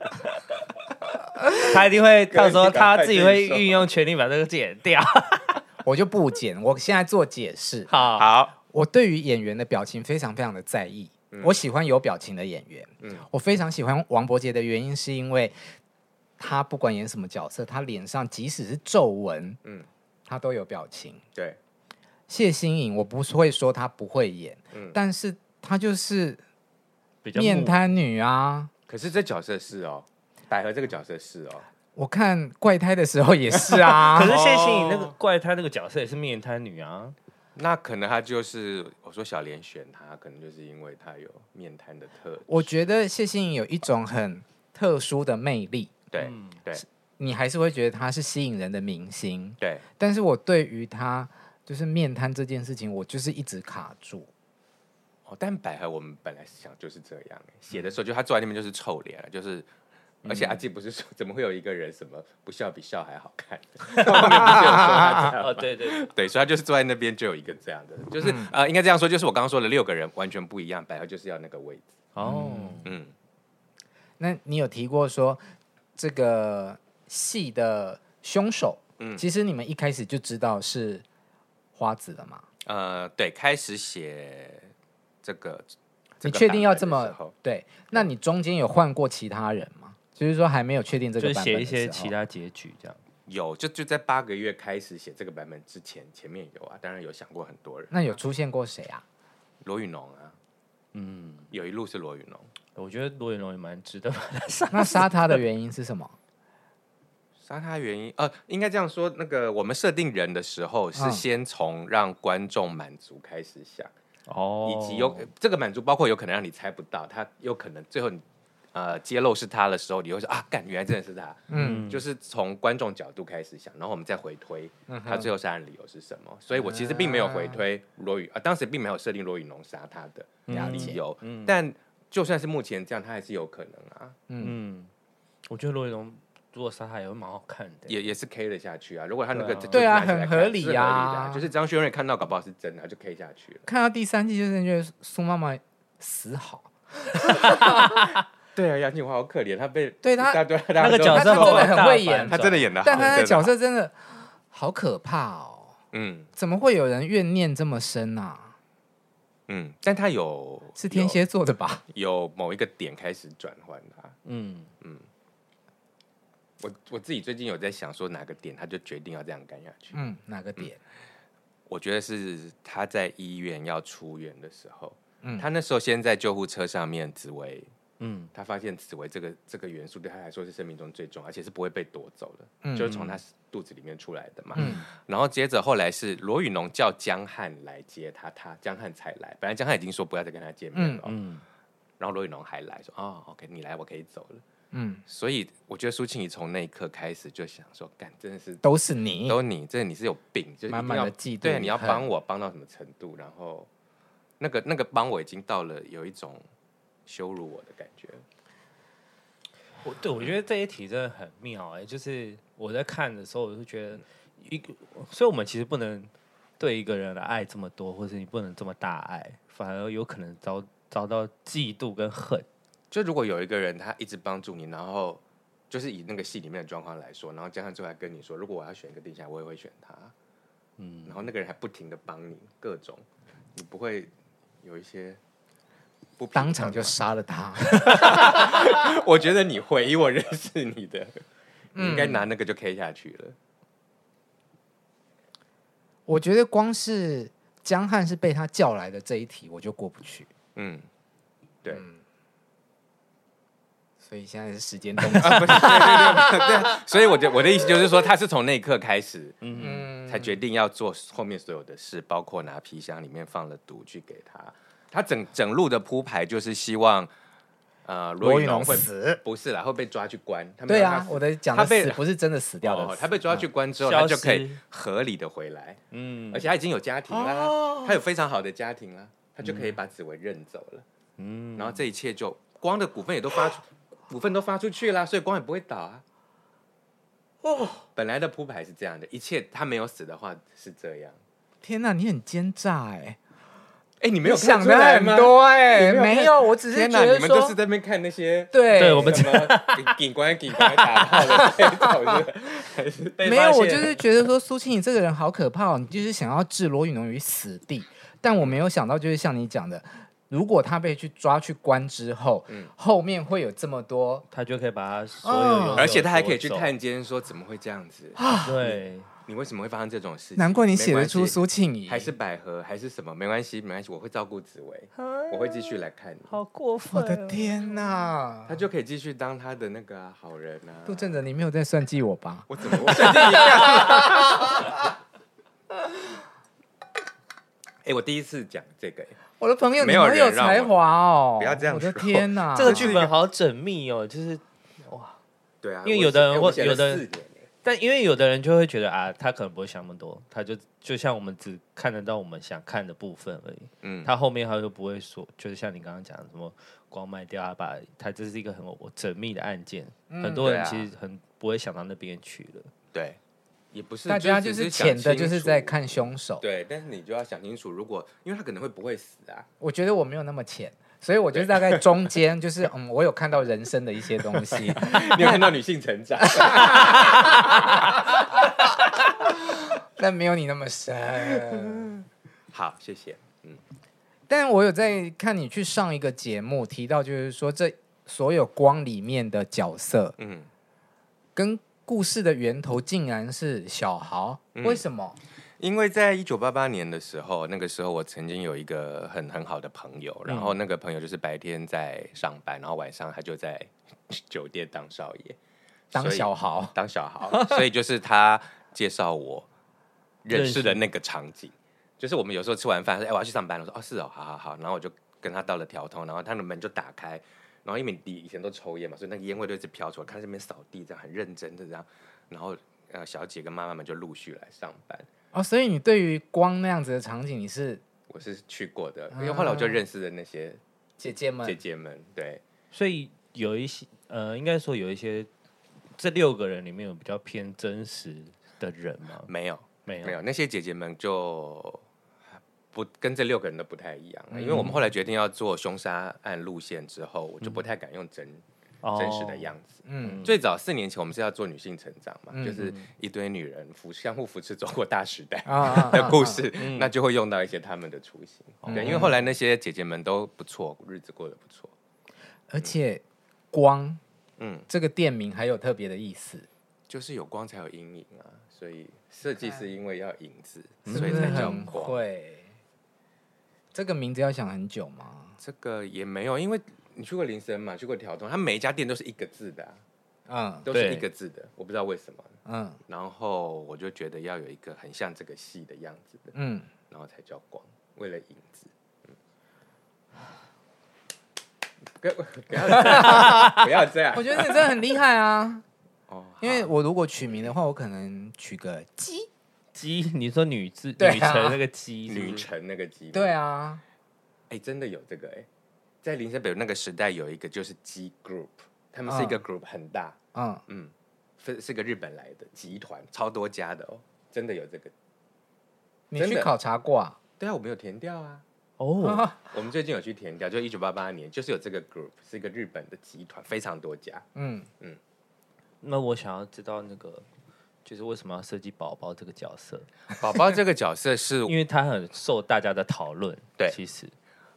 Speaker 2: 他一定会到时候
Speaker 1: 赶快
Speaker 2: 他自己
Speaker 1: 自
Speaker 2: 会
Speaker 1: 己说
Speaker 2: 运用权力把这个剪掉。
Speaker 3: 我就不剪，我现在做解释。
Speaker 2: 好，
Speaker 1: 好，
Speaker 3: 我对于演员的表情非常非常的在意，
Speaker 2: 嗯
Speaker 3: 我喜欢有表情的演员。
Speaker 1: 嗯
Speaker 3: 我非常喜欢王伯杰的原因是因为他不管演什么角色，他脸上即使是皱纹，嗯
Speaker 1: 嗯，
Speaker 3: 他都有表情。
Speaker 1: 对，
Speaker 3: 谢欣颖，我不是会说她不会演，
Speaker 1: 嗯
Speaker 3: 但是她就是
Speaker 2: 比较
Speaker 3: 面
Speaker 2: 木
Speaker 3: 瘫女啊。
Speaker 1: 可是这角色是哦，百合这个角色是哦。
Speaker 3: 我看怪胎的时候也是 啊
Speaker 2: 可，是谢欣颖那个怪胎那个角色也是面瘫女啊，
Speaker 1: 那可能他就是我说小莲选他，可能就是因为他有面瘫的特质，
Speaker 3: 我觉得谢欣颖有一种很特殊的魅力，
Speaker 1: 对、对
Speaker 3: 你还是会觉得她是吸引人的明星。
Speaker 1: 对，
Speaker 3: 但是我对于她就是面瘫这件事情，我就是一直卡住。
Speaker 1: 哦，但百合我们本来想就是这样欸，写的时候就他坐在那边就是臭脸了，就是。而且阿纪不是说怎么会有一个人什么不笑比笑还好看？后面不是有说他这样
Speaker 2: 哦对对，
Speaker 1: 对，所以他就是坐在那边就有一个这样的，就是、
Speaker 3: 嗯
Speaker 1: 呃，应该这样说，就是我刚刚说的六个人完全不一样，百合就是要那个位置。
Speaker 2: 哦，
Speaker 1: 嗯，
Speaker 3: 那你有提过说这个戏的凶手，
Speaker 1: 嗯
Speaker 3: 其实你们一开始就知道是花子了嘛？
Speaker 1: 呃，对，开始写这个，
Speaker 3: 你
Speaker 1: 这个
Speaker 3: 确定要
Speaker 1: 版本的
Speaker 3: 这
Speaker 1: 时候
Speaker 3: 么对？那你中间有换过其他人吗？就是说还没有确定这
Speaker 2: 就
Speaker 3: 个
Speaker 2: 是
Speaker 3: 版本
Speaker 2: 写
Speaker 3: 的
Speaker 2: 一
Speaker 3: 时候
Speaker 2: 些其他结局这样。
Speaker 1: 有，就就在八个月开始写这个版本之前，前面有啊，当然有想过很多人。
Speaker 3: 那有出现过谁 啊？
Speaker 1: 罗宇农啊，嗯，有一路是罗宇农，
Speaker 2: 我觉得罗云龙也蛮 值得，
Speaker 3: 那杀他的原因是什么？
Speaker 1: 杀他原因呃，应该这样说，那个我们设定人的时候是
Speaker 3: 嗯
Speaker 1: 先从让观众满足开始想，
Speaker 2: 哦
Speaker 1: 以及有这个满足包括有可能让你猜不到，他有可能最后你呃揭露是他的时候，你会说啊，干，原来真的是他，
Speaker 3: 嗯，
Speaker 1: 就是从观众角度开始想，然后我们再回推他最后杀人理由是什么。所以我其实并没有回推罗嗯宇啊，当时并没有设定罗宇农杀他的
Speaker 3: 了
Speaker 1: 嗯理
Speaker 3: 解
Speaker 1: 由，但就算是目前这样，他还是有可能啊，
Speaker 2: 嗯，我觉得罗云龙如果杀他也会蛮好看的。
Speaker 1: 也也是 K 了下去啊。如果他那个
Speaker 2: 对啊
Speaker 1: 就
Speaker 3: 对啊
Speaker 1: 拿起来看
Speaker 3: 很合
Speaker 1: 是
Speaker 3: 理
Speaker 1: 的
Speaker 3: 啊
Speaker 1: 就是张学瑞看到搞不好是真的，他就 K 下去了。
Speaker 3: 看到第三季就是觉得苏妈妈死好，
Speaker 1: 对啊，杨锦华好可怜，他被
Speaker 3: 对他
Speaker 1: 对啊
Speaker 2: 那个角
Speaker 3: 他
Speaker 2: 色
Speaker 3: 真
Speaker 2: 后来
Speaker 3: 的很
Speaker 2: 大
Speaker 3: 会
Speaker 2: 反
Speaker 3: 演
Speaker 1: 他
Speaker 2: 转
Speaker 1: 真的演的，
Speaker 3: 但他的角色真的好可怕哦！
Speaker 1: 嗯
Speaker 3: 怎么会有人怨念这么深啊？
Speaker 1: 嗯，但他有
Speaker 3: 是天蝎座的吧？
Speaker 1: 有有某一个点开始转换的啊。
Speaker 2: 嗯，
Speaker 1: 我我自己最近有在想说哪个点，他就决定要这样干下去。
Speaker 3: 嗯，哪个点？
Speaker 1: 我觉得是他在医院要出院的时候，
Speaker 3: 嗯
Speaker 1: 他那时候先在救护车上面，紫薇，
Speaker 2: 嗯，
Speaker 1: 他发现紫薇这个这个元素对他来说是生命中最重要，而且是不会被夺走的，
Speaker 3: 嗯
Speaker 1: 就是从他肚子里面出来的嘛。
Speaker 3: 嗯
Speaker 1: 然后接着后来是罗宇农叫江汉来接他，他江汉才来，本来江汉已经说不要再跟他见面了哦，
Speaker 2: 嗯
Speaker 1: 然后罗宇农还来说哦，OK，你来我可以走了。
Speaker 3: 嗯，
Speaker 1: 所以我觉得苏庆怡从那一刻开始就想说，干真的是
Speaker 3: 都是你。
Speaker 1: 都你，这你是有病，就是一定
Speaker 3: 满满的
Speaker 1: 要
Speaker 3: 嫉妒
Speaker 1: 对，
Speaker 3: 与
Speaker 1: 你要
Speaker 3: 恨
Speaker 1: 帮我帮到什么程度？然后那个那个帮我已经到了有一种羞辱我的感觉。
Speaker 2: 我对我觉得这一题真的很妙哎、就是我在看的时候，我就觉得一个，所以我们其实不能对一个人的爱这么多，或者你不能这么大爱，反而有可能遭遭到嫉妒跟恨。
Speaker 1: 就如果有一个人他一直帮助你，然后就是以那个戏里面的状况来说，然后加上最后还跟你说，如果我要选一个对象，我也会选他。嗯，然后那个人还不停的帮你各种，你不会有一些不平
Speaker 3: 当场
Speaker 1: 衡
Speaker 3: 就
Speaker 1: 吗
Speaker 3: 杀了他，
Speaker 1: 我觉得你会，以我认识你的，
Speaker 3: 嗯
Speaker 1: 你应该拿那个就 K 下去了。
Speaker 3: 我觉得光是江汉是被他叫来的这一题，我就过不去。
Speaker 1: 嗯，对。
Speaker 3: 嗯 所以现在是时间东西，
Speaker 1: 啊所以我的我的意思就是说，他是从那一刻开始，
Speaker 2: 嗯，
Speaker 3: 嗯
Speaker 1: 才决定要做后面所有的事，包括拿皮箱里面放了毒去给他。他整整路的铺排就是希望，呃，罗
Speaker 3: 罗
Speaker 1: 云
Speaker 3: 云
Speaker 1: 龙
Speaker 3: 龙
Speaker 1: 会
Speaker 3: 死，
Speaker 1: 不是啦，会被抓去关。他没有
Speaker 3: 对
Speaker 1: 让
Speaker 3: 啊
Speaker 1: 他，死
Speaker 3: 我的讲
Speaker 1: 他
Speaker 3: 的
Speaker 1: 被
Speaker 3: 死不是真的死掉的
Speaker 1: 哦
Speaker 3: 死，
Speaker 1: 他被抓去关之后，
Speaker 2: 消
Speaker 1: 他就可以
Speaker 2: 失
Speaker 1: 合理的回来，
Speaker 2: 嗯
Speaker 1: 而且他已经有家庭
Speaker 3: 哦
Speaker 1: 啦，他有非常好的家庭啦，他就可
Speaker 3: 嗯
Speaker 1: 以把紫薇认走了。
Speaker 2: 嗯，
Speaker 1: 然后这一切就光的股份也都发出， 股份都发出去啦，所以光也不会倒啊。哦，本来的铺排是这样的，一切他没有死的话是这样。
Speaker 3: 天哪，你很奸诈哎，
Speaker 1: 哎，你没有看
Speaker 3: 想
Speaker 1: 出
Speaker 3: 的
Speaker 1: 来
Speaker 3: 很
Speaker 1: 吗？
Speaker 3: 多哎，
Speaker 1: 你没有看
Speaker 3: 没有，我只是
Speaker 1: 天
Speaker 3: 觉
Speaker 1: 你
Speaker 3: 得
Speaker 1: 们都是
Speaker 3: 说，
Speaker 1: 在那边看那 些
Speaker 3: 对
Speaker 2: 对我们
Speaker 1: 什么警官警官打炮的 那种，还是被
Speaker 3: 没有，
Speaker 1: 发
Speaker 3: 我就
Speaker 1: 现
Speaker 3: 是觉得说苏青你这个人好可怕、哦，你 就是想要置罗宇农于死地。但我没有想到，就是像你讲的，如果他被去抓去关之后，
Speaker 1: 嗯
Speaker 3: 后面会有这么多。
Speaker 2: 他就可以把他所有有
Speaker 3: 哦
Speaker 1: 而且他还可以去，探监，说怎么会这样子？
Speaker 2: 对，
Speaker 1: 你为什么会发生这种事情？
Speaker 3: 啊难怪你
Speaker 1: 没
Speaker 3: 写得
Speaker 1: 关系
Speaker 3: 出苏庆怡，
Speaker 1: 还是百合还是什么？没关系，没关系，我会照顾紫薇，
Speaker 3: 啊
Speaker 1: 我会继续来看你。
Speaker 2: 好过
Speaker 3: 我
Speaker 2: 分
Speaker 3: 的天哪！
Speaker 1: 他就可以继续当他的那个啊、好人啊。
Speaker 3: 杜正哲，你没有在算计我吧？
Speaker 1: 我怎么我设定一下？ 哎、我第一次讲这个、哎
Speaker 3: 我的朋友，
Speaker 1: 没有
Speaker 3: 你好有
Speaker 1: 人让我
Speaker 3: 才华哦！
Speaker 1: 不要这样
Speaker 3: 我的
Speaker 1: 说
Speaker 3: 天哪！
Speaker 2: 这个剧本好缜密哦，就是哇，
Speaker 1: 对啊，
Speaker 2: 因为有的人
Speaker 1: 我
Speaker 2: 会
Speaker 1: 写哎我写了
Speaker 2: 有的人
Speaker 1: 四年哎
Speaker 2: 但因为有的人就会觉得啊，他可能不会想那么多，他就就像我们只看得到我们想看的部分而已，
Speaker 1: 嗯，
Speaker 2: 他后面他就不会说，就是像你刚刚讲的什么光卖掉啊，把他这是一个很缜密的案件，
Speaker 3: 嗯
Speaker 2: 很多人
Speaker 1: 对啊
Speaker 2: 其实很不会想到那边去了。
Speaker 1: 对，也不是
Speaker 3: 大家就
Speaker 1: 就是是
Speaker 3: 浅的，就是在
Speaker 1: 看。
Speaker 3: 看凶手。
Speaker 1: 对，但是你就要想清楚，如果因为他可能会不会死 啊，
Speaker 3: 我觉得我没有那么浅，所以我就是大概中间，就是嗯，我有看到人生的一些东西，
Speaker 1: 你有看到女性成长，
Speaker 3: 但没有你那么
Speaker 1: 嗯
Speaker 3: 深。
Speaker 1: 好，谢谢。嗯，
Speaker 3: 但我有在看你去上一个节目，提到就是说这所有光里面的角色
Speaker 1: 嗯，
Speaker 3: 跟故事的源头竟然是小豪，
Speaker 1: 嗯
Speaker 3: 为什么？
Speaker 1: 因为在一九八八年的时候，那个时候我曾经有一个很很好的朋友，然后那个朋友就是白天在上班，然后晚上他就在酒店当少爷，
Speaker 3: 当
Speaker 1: 所以
Speaker 3: 小豪，
Speaker 1: 当小豪，所以就是他介绍我认识的那个场景，就是我们有时候吃完饭说：“哎、我要去上班了。”我说：“哦，是哦，好好好。”然后我就跟他到了条通，然后他的门就打开，然后因为以以前都抽烟嘛，所以那个烟味就一直飘出来，看这边扫地这样很认真的这样，然后呃小姐跟妈妈们就陆续来上班。
Speaker 3: 哦，所以你对于光那样子的场景，你是
Speaker 1: 我是去过的，因为后来我就认识了那些
Speaker 3: 姐姐
Speaker 1: 姐
Speaker 3: 们，
Speaker 1: 姐们，对，
Speaker 2: 所以有一些呃，应该说有一些这六个人里面有比较偏真实的人吗？
Speaker 1: 没有
Speaker 2: 没有，
Speaker 1: 没有，那些姐姐们就不跟这六个人都不太一样，因为我们后来决定要做凶杀案路线之后，我就不太敢用真、
Speaker 2: 哦
Speaker 1: 真实的样子。
Speaker 3: 嗯，
Speaker 1: 最早四年前我们是要做女性成长嘛，
Speaker 3: 嗯
Speaker 1: 就是一堆女人扶相互扶持走过大时 代。
Speaker 3: 啊啊啊
Speaker 1: 的故
Speaker 3: 啊
Speaker 1: 事，那就会用到一些她们的雏形。对，因为后来那些姐姐们都不错，日子过得不错。
Speaker 3: 而且光
Speaker 1: 嗯，
Speaker 3: 这个店名还有特别的意思，
Speaker 1: 就是有光才有阴影啊，所以设计是因为要影子，
Speaker 3: 是
Speaker 1: 所
Speaker 3: 不
Speaker 1: 以
Speaker 3: 是
Speaker 1: 才叫
Speaker 3: 嗯很
Speaker 1: 光。
Speaker 3: 会？这个名字要想很久吗？
Speaker 1: 这个也没有，因为你去过林森嘛，去过条通，它每一家店都是一个字的啊、
Speaker 3: 嗯
Speaker 1: 都是
Speaker 2: 对
Speaker 1: 一个字的，我不知道为什么。
Speaker 3: 嗯
Speaker 1: 然后我就觉得要有一个很像这个戏的样子的，
Speaker 3: 嗯，
Speaker 1: 然后才叫光，为了影子。嗯、不要 不要这样，不要这样
Speaker 3: 我。觉得你真的很厉害啊！
Speaker 1: 哦，好
Speaker 3: 因为我如果取名的话，我可能取个鸡。
Speaker 2: 鸡，你说女字、
Speaker 3: 对啊
Speaker 2: 女神那个鸡是不是
Speaker 1: 女神那个鸡，
Speaker 3: 对，啊，
Speaker 1: 哎，真的有这个哎，在林森北路那个时代有一个就是鸡 group，他们是一个 group 很大。
Speaker 3: 嗯，
Speaker 1: 嗯，是是个日本来的集团，超多家的哦，真的有这个。
Speaker 3: 你
Speaker 1: 真的
Speaker 3: 去考察过啊？
Speaker 1: 对啊，我们有填掉啊，
Speaker 2: 哦，
Speaker 1: 我们最近有去填掉，就一九八八年，就是有这个 group，是一个日本的集团，非常多家。
Speaker 3: 嗯，
Speaker 2: 那我想要知道那个。就是为什么要设计宝宝这个角色？
Speaker 1: 宝宝这个角色是
Speaker 2: 因为他很受大家的讨论。
Speaker 1: 对
Speaker 2: 其实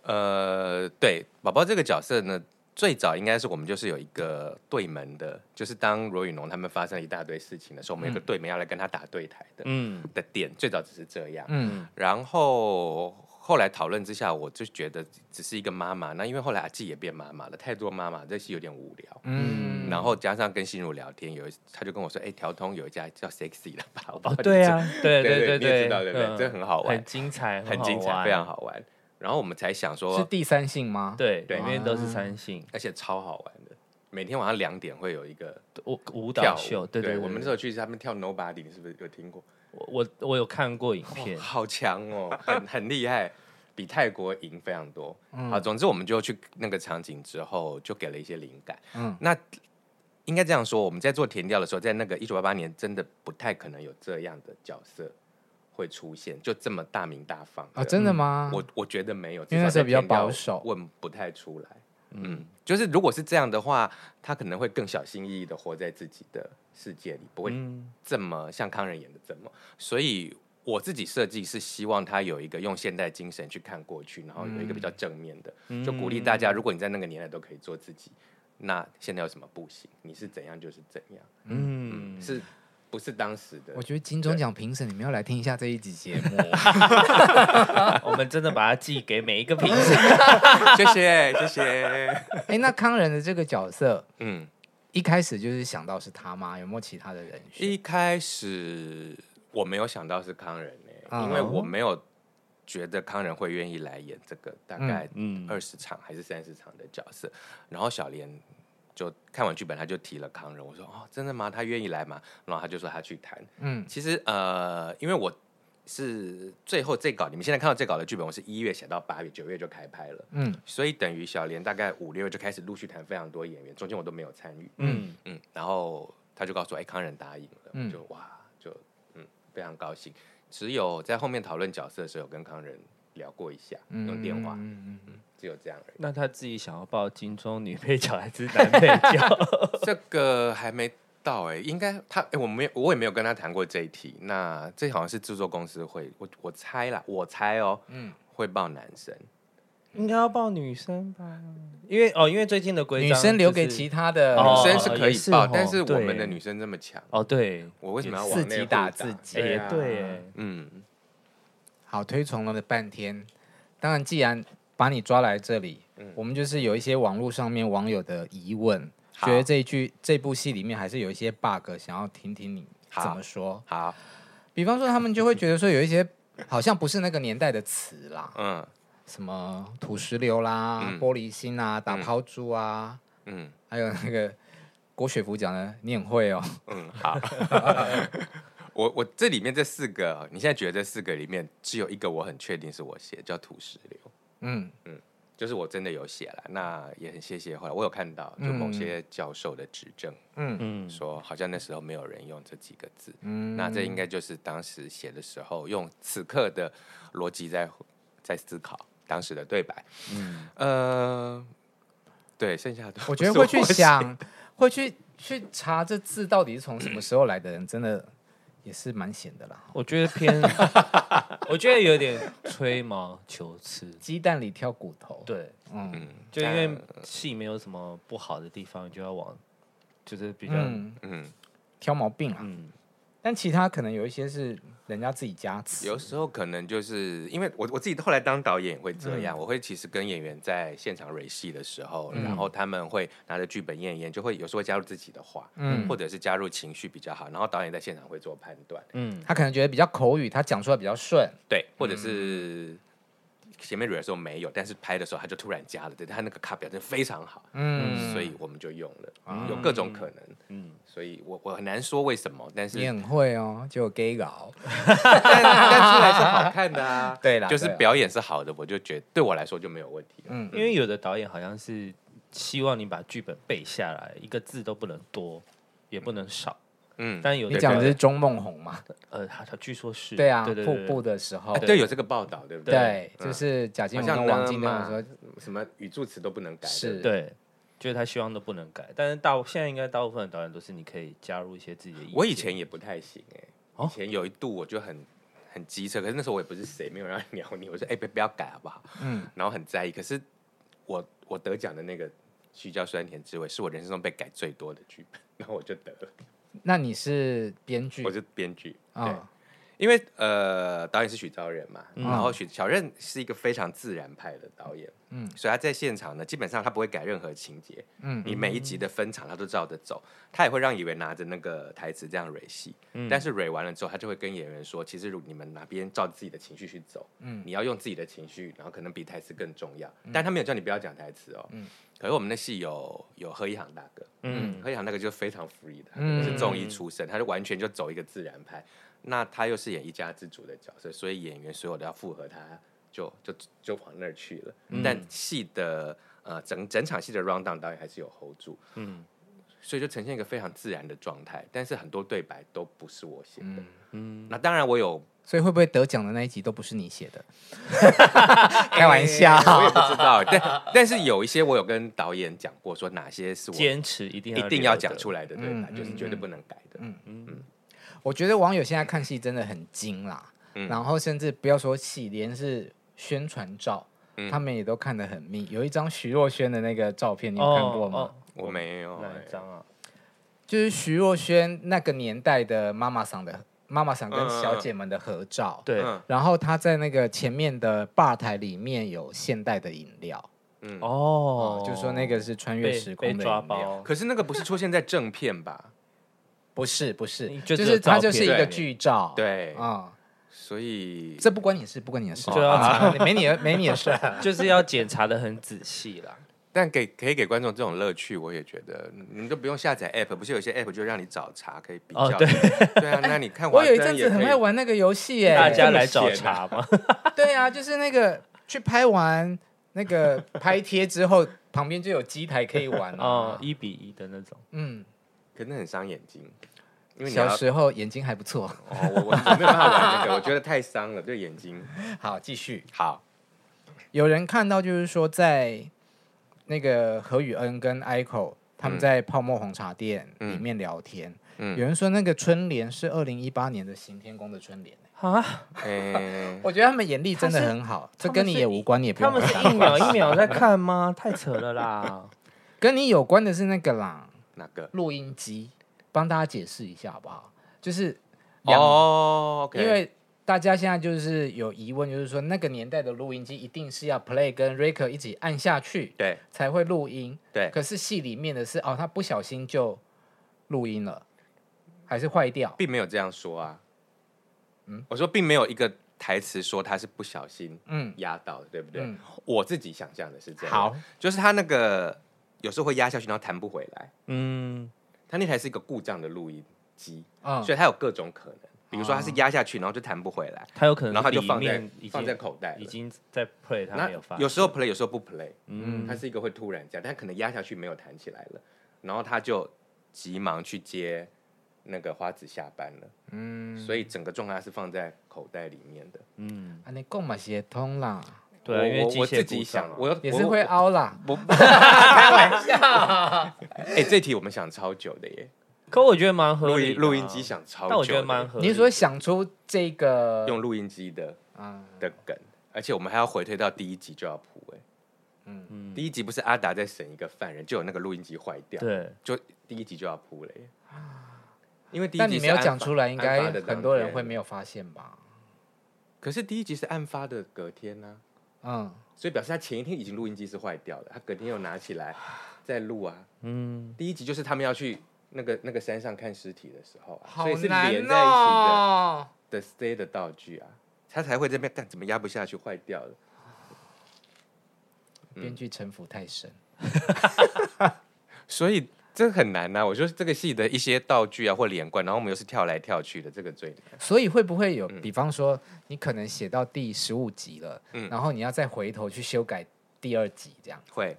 Speaker 2: 嗯
Speaker 1: 呃，对，宝宝这个角色呢，最早应该是我们就是有一个对门的，就是当罗宇农他们发生一大堆事情的时候，我们有个对门要来跟他打对台的、
Speaker 2: 嗯，
Speaker 1: 的店，最早只是这样。
Speaker 3: 嗯
Speaker 1: 然后后来讨论之下，我就觉得只是一个妈妈。那因为后来阿纪也变妈妈了，太多妈妈，这是有点无聊。
Speaker 3: 嗯，
Speaker 1: 然后加上跟心如聊天，有一他就跟我说：“哎、调通有一家叫 Sexy 的吧？”我不知道
Speaker 2: 哦，
Speaker 1: 你
Speaker 2: 对
Speaker 1: 知
Speaker 2: 啊，对
Speaker 1: 对对
Speaker 2: 对
Speaker 1: 你也知道对
Speaker 2: 对，
Speaker 1: 不对
Speaker 2: 嗯
Speaker 1: 这很好玩
Speaker 2: 很精彩，
Speaker 1: 很
Speaker 2: 好
Speaker 1: 精彩，
Speaker 2: 玩
Speaker 1: 非常好玩。然后我们才想
Speaker 3: 是
Speaker 1: 说，
Speaker 3: 第三性吗？，
Speaker 2: 对，
Speaker 1: 对
Speaker 2: 里面都是三性
Speaker 1: 而且超好玩的。每天晚上两点会有一个
Speaker 2: 舞舞
Speaker 1: 跳
Speaker 2: 蹈
Speaker 1: 舞
Speaker 2: 秀，
Speaker 1: 对
Speaker 2: 对对，
Speaker 1: 我们那时
Speaker 2: 候
Speaker 1: 候去他们跳 Nobody，你是不是有听过？
Speaker 2: 我我我有看过影 片
Speaker 1: 哦，好强 哦，很很厉害，比泰国赢非常多。
Speaker 3: 嗯
Speaker 1: 好，总之我们就去那个场景之后，就给了一些灵感。
Speaker 3: 嗯
Speaker 1: 那应该这样说，我们在做填调的时候，在那个一九八八年，真的不太可能有这样的角色会出现，就这么大名大放
Speaker 3: 啊，真的吗？
Speaker 1: 嗯我我觉得没有，
Speaker 3: 因为那
Speaker 1: 至少
Speaker 3: 时候比较
Speaker 1: 在填调
Speaker 3: 保守
Speaker 1: 问不太出来。嗯，就是如果是这样的话，他可能会更小心翼翼的活在自己的世界里，不会
Speaker 2: 嗯，
Speaker 1: 这么像康仁演的这么，所以我自己设计是希望他有一个用现代精神去看过去，然后有一个比较
Speaker 3: 嗯
Speaker 1: 正面的，就鼓励大家，如果你在那个年代都可以做自己，那现在有什么不行？你是怎样就是怎样，
Speaker 2: 嗯，
Speaker 1: 是不是当时的
Speaker 3: 我？觉得金钟奖评审，你们要来听一下这一集节目。
Speaker 2: 我们真的把它寄给每一个 评审，
Speaker 1: 谢谢谢谢，
Speaker 3: 哎，那康仁的这个角色，
Speaker 1: 嗯，
Speaker 3: 一开始就是想到是他吗？有没有其他的人选？
Speaker 1: 一开始我没有想到是康仁呢、
Speaker 3: 啊
Speaker 1: 因为我没有觉得康仁会愿意来演这个，大概
Speaker 2: 嗯，
Speaker 1: 二十场还是三十场的角色，然后小莲就看完剧本，他就提了康仁，我说哦，真的吗？他愿意来吗？然后他就说他去谈。
Speaker 3: 嗯
Speaker 1: 其实呃，因为我是最后这稿，你们现在看到这稿的剧本，我是一月写到八月，九月就开拍了，
Speaker 3: 嗯
Speaker 1: 所以等于小莲大概五六月就开始陆续谈非常多演员，中间我都没有参与，
Speaker 2: 嗯，
Speaker 1: 嗯，然后他就告诉我，哎，康仁答应了，
Speaker 3: 嗯
Speaker 1: 就哇，就嗯，非常高兴。只有在后面讨论角色的时候，有跟康仁聊过一下，
Speaker 3: 嗯，
Speaker 1: 用电话，
Speaker 3: 嗯嗯
Speaker 1: 只有这样而已。
Speaker 2: 那他自己想要报金钟女配角还是男配角？
Speaker 1: 这个还没到哎、应该他哎、我没有，我也没有跟他谈过这一题。那这好像是制作公司会，我我猜啦，我猜哦，
Speaker 3: 嗯
Speaker 1: 会报男生。
Speaker 2: 应该要报女生吧，因为哦，因为最近的
Speaker 3: 嗯，
Speaker 2: 规
Speaker 3: 女
Speaker 2: 章
Speaker 3: 生留
Speaker 2: 就
Speaker 3: 给
Speaker 2: 是
Speaker 3: 其他的
Speaker 2: 哦
Speaker 1: 女生是可以
Speaker 2: 也是
Speaker 1: 报，
Speaker 2: 哦
Speaker 1: 但是我们的
Speaker 2: 对
Speaker 1: 女生这么强，
Speaker 2: 哦，对，
Speaker 1: 我为什么要
Speaker 3: 自
Speaker 1: 往内
Speaker 3: 己
Speaker 1: 互
Speaker 3: 打自己，
Speaker 2: 哎
Speaker 1: 对
Speaker 2: 也
Speaker 1: 啊
Speaker 2: 对，哎，
Speaker 1: 嗯，
Speaker 3: 好，推崇了半天。当然，既然把你抓来这里，
Speaker 1: 嗯
Speaker 3: 我们就是有一些网络上面网友的疑问，
Speaker 1: 好
Speaker 3: 觉得这一句这部戏里面还是有一些 bug，想要听听你怎
Speaker 1: 好
Speaker 3: 么说。
Speaker 1: 好，
Speaker 3: 比方说，他们就会觉得说有一些 好像不是那个年代的词啦，
Speaker 1: 嗯
Speaker 3: 什么土石流啦、
Speaker 1: 嗯
Speaker 3: 玻璃心啊、打抛猪啊，
Speaker 1: 嗯
Speaker 3: 还有那个郭雪芙讲的，你很会哦。
Speaker 1: 嗯，好。 我我这里面这四个，你现在觉得这四个里面只有一个我很确定是我写，叫土石流。
Speaker 3: 嗯
Speaker 1: 就是我真的有写了，那也很谢谢。后来我有看到，就某些教授的指正，
Speaker 3: 嗯
Speaker 2: 嗯，
Speaker 1: 说好像那时候没有人用这几个字，
Speaker 3: 嗯
Speaker 1: 那这应该就是当时写的时候用此刻的逻辑在在思考当时的对白。嗯，呃，对，剩下的
Speaker 3: 我觉得 会去想，会去去查这字到底是从什么时候来的人，真的也是蛮闲的啦。
Speaker 2: 我觉得 偏，我觉得有点吹毛求疵。
Speaker 3: 鸡蛋里挑骨头，，
Speaker 2: 对，
Speaker 3: 嗯
Speaker 2: 就因为戏没有什么不好的地方，就要往就是比较
Speaker 3: 嗯，
Speaker 1: 嗯，
Speaker 3: 挑毛病啊。
Speaker 2: 嗯
Speaker 3: 但其他可能有一些是人家自己加词，
Speaker 1: 有时候可能就是因为我我自己后来当导演也会这样，我会其实跟演员在现场蕊戏的时候，然后他们会拿着剧本验一验，就会有时候会加入自己的话，
Speaker 3: 嗯
Speaker 1: 或者是加入情绪比较好，然后导演在现场会做判断，
Speaker 2: 嗯，
Speaker 3: 他可能觉得比较口语，他讲出来比较顺。
Speaker 1: 对，或者是前面蕊的时候没有，但是拍的时候他就突然加了，对他那个卡表真的非常好，
Speaker 3: 嗯，
Speaker 1: 所以我们就用了，有各种可能，嗯，所以我我很难说为什么，但是
Speaker 3: 你很会哦，就有 gay 搞。，
Speaker 1: 但但出来是好看的啊
Speaker 3: 对啦
Speaker 1: 就是
Speaker 3: 对啦
Speaker 1: 表演是好的，我就觉得对我来说就没有问题了，
Speaker 3: 嗯
Speaker 2: 因为有的导演好像是希望你把剧本背下来，一个字都不能多，也不能少。
Speaker 1: 嗯，
Speaker 2: 但有
Speaker 3: 你
Speaker 2: 的
Speaker 3: 讲的
Speaker 2: 导
Speaker 3: 是
Speaker 2: 演
Speaker 3: 钟梦红嘛？
Speaker 2: 呃，他他据说是
Speaker 3: 对啊，
Speaker 2: 对对
Speaker 3: 瀑
Speaker 2: 对
Speaker 3: 布的时候
Speaker 1: 啊，对，有这个报道，对不
Speaker 3: 对，
Speaker 1: 嗯
Speaker 3: 就是贾静
Speaker 1: 好
Speaker 3: 雯
Speaker 1: 像
Speaker 3: 跟王晶
Speaker 1: 呢
Speaker 3: 跟
Speaker 1: 嘛
Speaker 3: 我说，
Speaker 1: 什么语助词都不能改，
Speaker 3: 是
Speaker 1: 对不对
Speaker 2: 对，就是他希望都不能改。但是大现在应该大部分的导演都是你可以加入一些自己的意见。
Speaker 1: 我以前也不太行哎、
Speaker 2: 哦
Speaker 1: 以前有一度我就很很机车，可是那时候我也不是谁，没有人要鸟你，我说哎别、不要 改好不好？
Speaker 3: 嗯，
Speaker 1: 然后很在意。可是我我得奖的那个虚焦酸甜滋味是我人生中被改最 多的剧本，然后我就得了，
Speaker 3: 那你是编剧
Speaker 1: 我是编剧，对，
Speaker 3: 啊？
Speaker 1: 因为呃，导演是许昭仁嘛，
Speaker 2: 嗯
Speaker 1: 然后许小任是一个非常自然派的导演，
Speaker 3: 嗯
Speaker 1: 嗯，所以他在现场呢，基本上他不会改任何情节，
Speaker 3: 嗯
Speaker 1: 你每一集的分场他都照着走，他也会让演员拿着那个台词这样蕊戏，
Speaker 2: 嗯
Speaker 1: 但是蕊完了之后，他就会跟演员说，其实如你们哪边照自己的情绪去走，
Speaker 3: 嗯
Speaker 1: 嗯，你要用自己的情绪，然后可能比台词更重要，但他没有叫你不要讲台词哦，
Speaker 3: 嗯
Speaker 1: 嗯，可是我们的戏有有贺一航大哥，
Speaker 2: 嗯
Speaker 1: 何以航那个就非常 free 的，
Speaker 3: 嗯
Speaker 1: 是综艺出身，他就完全就走一个自然派。那他又是演一家之主的角色，所以演员所有的要附和他，就就就往那儿去了。但戏的呃整整场戏的 round down 导演还是有 hold 住，
Speaker 2: 嗯
Speaker 1: 所以就呈现一个非常自然的状态。但是很多对白都不是我写的，
Speaker 3: 嗯，
Speaker 2: 嗯，
Speaker 1: 那当然我有
Speaker 3: 所以会不会得奖的那一集都不是你写的？开玩笑，
Speaker 1: 我也不知道，但但是有一些我有跟导演讲过，说哪些是我
Speaker 2: 坚持一定
Speaker 1: 一定要讲
Speaker 2: 留的
Speaker 1: 出来嗯的对白，
Speaker 3: 啊嗯
Speaker 1: 就是绝对不能改的。
Speaker 2: 嗯
Speaker 3: 我觉得网友现在看戏真的很精啦，
Speaker 1: 嗯
Speaker 3: 然后甚至不要说戏，连是宣传照，
Speaker 1: 嗯
Speaker 3: 他们也都看得很密。有一张徐若瑄的那个照片，你有看过吗？
Speaker 2: 哦哦
Speaker 1: 我没有、
Speaker 2: 哪一
Speaker 1: 欸
Speaker 2: 张啊？
Speaker 3: 就是徐若瑄那个年代的妈妈桑的妈妈桑跟小姐们的合照。
Speaker 2: 对，
Speaker 1: 嗯
Speaker 3: 然后她在那个前面的吧台里面有现代的饮料，
Speaker 1: 嗯
Speaker 2: 哦
Speaker 3: 哦，，就说那个是穿越
Speaker 2: 被
Speaker 3: 时空
Speaker 2: 被
Speaker 3: 的
Speaker 2: 抓
Speaker 3: 饮料。
Speaker 2: 包，
Speaker 1: 可是那个不是出现在正片吧？
Speaker 3: 不是不是
Speaker 2: 你，
Speaker 3: 就
Speaker 2: 就只
Speaker 3: 是
Speaker 2: 有
Speaker 3: 它
Speaker 2: 照
Speaker 3: 就是一
Speaker 1: 片
Speaker 3: 个剧照。
Speaker 1: 对
Speaker 3: 啊、
Speaker 1: 所以
Speaker 3: 这不关你事，不关你的事，
Speaker 2: 就要
Speaker 3: 啊没你的没你的事。
Speaker 2: 就是要检查的很仔细 啦。
Speaker 1: 但给可以给观众这种乐趣，我也觉得你们都不用下载 app，不是有些 app 就让你找茶可以比较。
Speaker 2: 哦对
Speaker 1: 对啊，那你看
Speaker 3: 我
Speaker 1: 华
Speaker 3: 有一
Speaker 1: 灯
Speaker 3: 阵
Speaker 1: 也
Speaker 3: 子很
Speaker 1: 可以
Speaker 3: 爱，玩那个游戏耶，
Speaker 2: 大家来
Speaker 1: 这
Speaker 2: 找
Speaker 1: 么闲
Speaker 2: 茬
Speaker 1: 啊
Speaker 2: 嘛，
Speaker 3: 对啊，就是那个去拍完那个拍贴之后，旁边就有机台可以玩
Speaker 2: 哦
Speaker 3: 啊，。
Speaker 2: 一比一的那种。
Speaker 3: 嗯，
Speaker 1: 可能很伤眼睛，因为你要
Speaker 3: 小时候眼睛还不错。
Speaker 1: 哦，我我我没有办法玩那个，我觉得太伤了对眼睛。
Speaker 3: 好，继续。
Speaker 1: 好，
Speaker 3: 有人看到就是说，在那个何宇恩跟 Ico 他们
Speaker 1: 嗯
Speaker 3: 在泡沫红茶店里
Speaker 1: 嗯
Speaker 3: 面聊天，有
Speaker 1: 嗯，
Speaker 3: 人说那个春联是二零一八年的行天宫的春联。
Speaker 2: 啊！
Speaker 1: 哎，
Speaker 3: 我觉得他们眼力真的
Speaker 2: 他是
Speaker 3: 很好，这
Speaker 2: 他们
Speaker 3: 跟你
Speaker 2: 是
Speaker 3: 也无关，你也不
Speaker 2: 他
Speaker 3: 用
Speaker 2: 们
Speaker 3: 跟
Speaker 2: 是
Speaker 3: 他
Speaker 2: 一
Speaker 3: 关
Speaker 2: 秒一 秒在看吗？太扯了啦！
Speaker 3: 跟你有关的是那个啦，
Speaker 1: 哪个？
Speaker 3: 录音机，帮大家解释一下好不好？就是养
Speaker 1: 哦，OK，
Speaker 3: 因为大家现在就是有疑问，就是说那个年代的录音机一定是要 play 跟 rec 一起按下去
Speaker 1: 对
Speaker 3: 才会录音，
Speaker 1: 对
Speaker 3: 可是戏里面的是哦，他不小心就录音了，还是坏掉？
Speaker 1: 并没有这样说啊。嗯，我说并没有一个台词说他是不小心
Speaker 3: 嗯
Speaker 1: 压到的，对不对？
Speaker 3: 嗯，
Speaker 1: 我自己想象的是这样。
Speaker 3: 好，
Speaker 1: 就是它那个有时候会压下去，然后弹不回来。
Speaker 2: 嗯，
Speaker 1: 它那台是一个故障的录音机，
Speaker 3: 嗯
Speaker 1: 所以它有各种可能。比如说它是压下去，然后就弹不回来，
Speaker 2: 他有可能
Speaker 1: 然后它就
Speaker 2: 里
Speaker 1: 放在
Speaker 2: 面已
Speaker 1: 放在
Speaker 2: 经
Speaker 1: 口袋了
Speaker 2: 已。经在 play，他
Speaker 1: 那
Speaker 2: 没有发。
Speaker 1: 有时候 play，有时候不 play，
Speaker 2: 嗯
Speaker 1: 它是一个会突然这样，但可能压下去没有弹起来了，然后他就急忙去接那个花子下班了，
Speaker 3: 嗯，
Speaker 1: 所以整个状态是放在口袋里面的。
Speaker 2: 嗯，
Speaker 3: 啊，你购买协通啦，
Speaker 2: 对啊，
Speaker 1: 我
Speaker 2: 因为
Speaker 1: 我
Speaker 2: 机
Speaker 1: 我
Speaker 2: 械
Speaker 1: 自
Speaker 2: 故
Speaker 1: 己
Speaker 2: 障
Speaker 1: 想
Speaker 2: 啊，
Speaker 1: 我
Speaker 3: 也是会
Speaker 1: 我
Speaker 3: 凹啦，
Speaker 1: 我
Speaker 3: 开玩笑。
Speaker 1: 哎，这题我们想超久的耶，
Speaker 2: 可我觉得蛮合
Speaker 1: 录
Speaker 2: 理
Speaker 1: 音
Speaker 2: 的啊。
Speaker 1: 录音机想超久的耶，
Speaker 2: 但我觉得蛮合理的。
Speaker 3: 你说想出这个
Speaker 1: 用录音机的
Speaker 3: 啊，
Speaker 1: 的梗，而且我们还要回推到第一集就要铺哎、
Speaker 2: 嗯
Speaker 1: 第一集不是阿达在审一个犯人，就有那个录音机坏掉，
Speaker 2: 对，
Speaker 1: 就第一集就要铺嘞、 因为第一
Speaker 3: 但
Speaker 1: 集
Speaker 3: 你
Speaker 1: 是
Speaker 3: 没有
Speaker 1: 案
Speaker 3: 讲
Speaker 1: 发
Speaker 3: 出来，应
Speaker 1: 案
Speaker 3: 该
Speaker 1: 发的当
Speaker 3: 很多人
Speaker 1: 天
Speaker 3: 会没有发现吧？
Speaker 1: 可是第一集是案发的隔天呢、
Speaker 3: 嗯，
Speaker 1: 所以表示他前一天已经录音机是坏掉的，他隔天又拿起来再录啊。
Speaker 2: 嗯，
Speaker 1: 第一集就是他们要去那个那个山上看尸体的时候、啊，
Speaker 3: 好
Speaker 1: 所以是
Speaker 3: 难
Speaker 1: 连在一起的
Speaker 3: 哦。
Speaker 1: 的 stay 的道具啊，他才会这边干怎么压不下去坏掉了。
Speaker 3: 编剧城府太深，
Speaker 1: 所以这很难啊呐、我说这个戏的一些道具啊或连贯，然后我们又是跳来跳去的，这个最难。
Speaker 3: 所以会不会有，比方说你可能写到第十五集了，
Speaker 1: 嗯
Speaker 3: 然后你要再回头去修改第二集，这样
Speaker 1: 会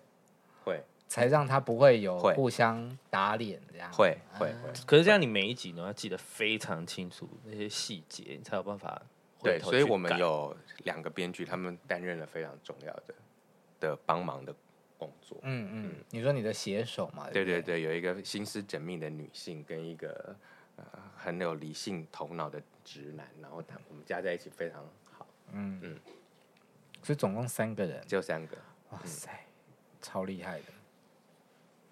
Speaker 1: 会
Speaker 3: 才让它不会有
Speaker 1: 会
Speaker 3: 互相打脸这样。
Speaker 1: 会会会，
Speaker 2: 可是这样你每一集呢要记得非常清楚那些细节，你才有办法回
Speaker 1: 对，
Speaker 2: 头
Speaker 1: 所以
Speaker 2: 去
Speaker 1: 我们
Speaker 2: 改
Speaker 1: 有两个编剧，他们担任了非常重要的的帮忙的工作。
Speaker 3: 嗯嗯，你说你的写手
Speaker 2: 呃
Speaker 3: 嘛？
Speaker 1: 对
Speaker 3: 不对
Speaker 1: 对对，有一个心思缜密的女性跟一个呃很有理性头脑的直男，然后他我们加在一起非常好，
Speaker 3: 所以总共三个人，
Speaker 1: 只有三个。
Speaker 3: 哇塞，超厉害的。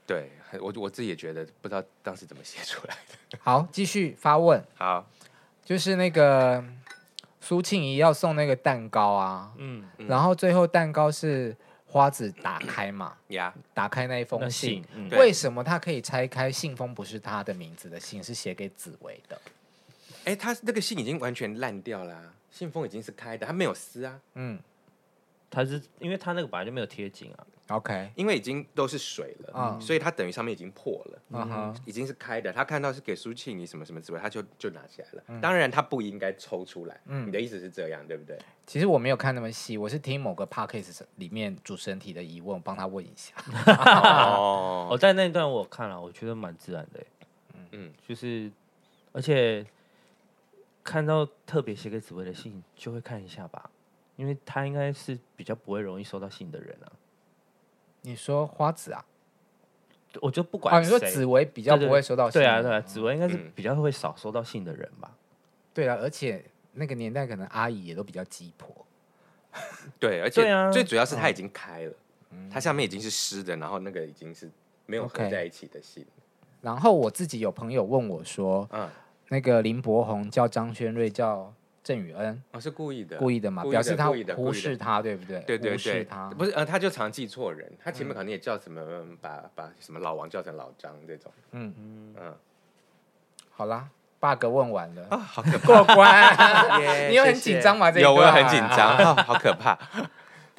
Speaker 1: 对，很我我自己也觉得不知道当时怎么写出来的。
Speaker 3: 好，继续发问。
Speaker 1: 好，
Speaker 3: 就是那个苏庆仪要送那个蛋糕啊，
Speaker 2: 嗯，
Speaker 1: 嗯
Speaker 3: 然后最后蛋糕是花子打开嘛，
Speaker 1: 呀，
Speaker 3: 打开那一
Speaker 2: 那
Speaker 3: 封信
Speaker 2: 信，，嗯
Speaker 1: 嗯对
Speaker 3: 为什么他可以拆开信封？不是他的名字的信，是写给紫薇的。
Speaker 1: 哎，他那个信已经完全烂掉啦、信封已经是开的，他没有撕啊，
Speaker 3: 嗯
Speaker 2: 他是因为他那个本来就没有贴紧啊，
Speaker 3: ，OK，
Speaker 1: 因为已经都是水了，
Speaker 3: 嗯
Speaker 1: 所以它等于上面已经破了。
Speaker 3: 嗯哼，
Speaker 1: 已经是开的，他看到是给苏庆你什么什么之类，他就就拿起来了。当然，他不应该抽出来。
Speaker 3: 嗯
Speaker 1: 你的意思是这样，对不对？
Speaker 3: 其实我没有看那么细，我是听某个 podcast 里面主持人提的疑问，我帮他问一 下。
Speaker 2: 哦，
Speaker 1: 哦，
Speaker 2: 但那一段我看了，我觉得蛮自然的欸，
Speaker 1: 嗯
Speaker 2: 就是而且看到特别写给紫薇的信，就会看一下吧，因为他应该是比较不会容易收到信的人啊。
Speaker 3: 你说花子啊？
Speaker 2: 我就不管
Speaker 3: 哦，你说
Speaker 2: 谁
Speaker 3: 紫薇比较
Speaker 2: 对对
Speaker 3: 不会收到信，
Speaker 2: 对啊对啊，紫薇应该是
Speaker 1: 嗯
Speaker 2: 比较会少收到信的人 吧？
Speaker 3: 对啊，而且那个年代可能阿姨也都比较鸡婆。
Speaker 1: 对，而且
Speaker 2: 对啊
Speaker 1: 最主要是它已经开了，它下面已经是湿的，然后那个已经是没有合
Speaker 3: OK
Speaker 1: 在一起的信。
Speaker 3: 然后我自己有朋友问我说，
Speaker 1: 嗯，
Speaker 3: 那个林柏宏叫张轩瑞叫郑宇恩，
Speaker 1: 哦，是故意的，
Speaker 3: 故意的嘛，
Speaker 1: 故意
Speaker 3: 表示他
Speaker 1: 故意的
Speaker 3: 忽
Speaker 1: 故意的
Speaker 3: 视他，对不对？
Speaker 1: 对对
Speaker 3: 忽视
Speaker 1: 对
Speaker 3: 他，
Speaker 1: 不是呃，他就常记错人，他前面可能也叫什么，嗯把把什么老王叫成老张这种，
Speaker 3: 嗯
Speaker 1: 嗯嗯，
Speaker 3: 好啦，bug 问完了，
Speaker 1: 好可怕，
Speaker 3: 过关。
Speaker 1: 耶
Speaker 3: 你有很
Speaker 1: 谢谢
Speaker 3: 紧张吗这一
Speaker 1: 有，我有
Speaker 3: 段
Speaker 1: 很紧张，哦好可怕，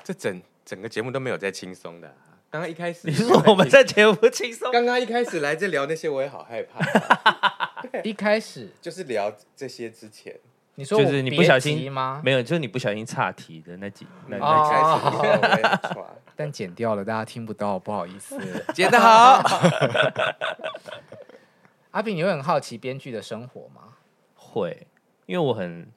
Speaker 1: 这整整个节目都没有在轻松的啊。刚刚一开始，
Speaker 2: 你说我们在节目轻 松，
Speaker 1: 刚刚一开始来这聊那些，我也好害怕，
Speaker 3: 一开始
Speaker 1: 就是聊这些之前，
Speaker 3: 你说
Speaker 2: 就是
Speaker 3: 我
Speaker 2: 你不
Speaker 3: 别
Speaker 2: 小
Speaker 3: 急
Speaker 2: 心
Speaker 3: 吗？
Speaker 2: 没有，就是你不小心岔题的那几那
Speaker 1: 一
Speaker 2: 那
Speaker 3: 哦
Speaker 1: 开始你说我也很抓
Speaker 3: 但剪掉了，大家听不到，不好意 思。
Speaker 1: 剪得好，
Speaker 3: 阿炳，你会很好奇编剧的生活吗？
Speaker 2: 会，因为我很，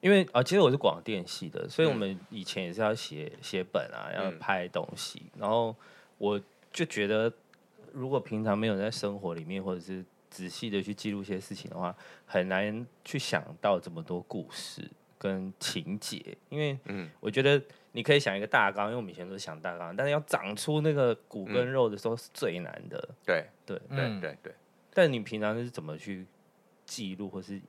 Speaker 2: 因为啊，其实我是广电系的，所以我们以前也是要写写本啊，要
Speaker 1: 嗯
Speaker 2: 拍东西，然后我就觉得，如果平常没有在生活里面或者是仔细的去记录一些事情的话，很难去想到这么多故事跟情节，因为
Speaker 1: 嗯
Speaker 2: 我觉得你可以想一个大纲，因为我们以前都是想大纲，但是要长出那个骨跟肉的时候是最难的。
Speaker 1: 对
Speaker 2: 对，
Speaker 3: 嗯
Speaker 1: 对对对，
Speaker 2: 但你平常是怎么去记录，或是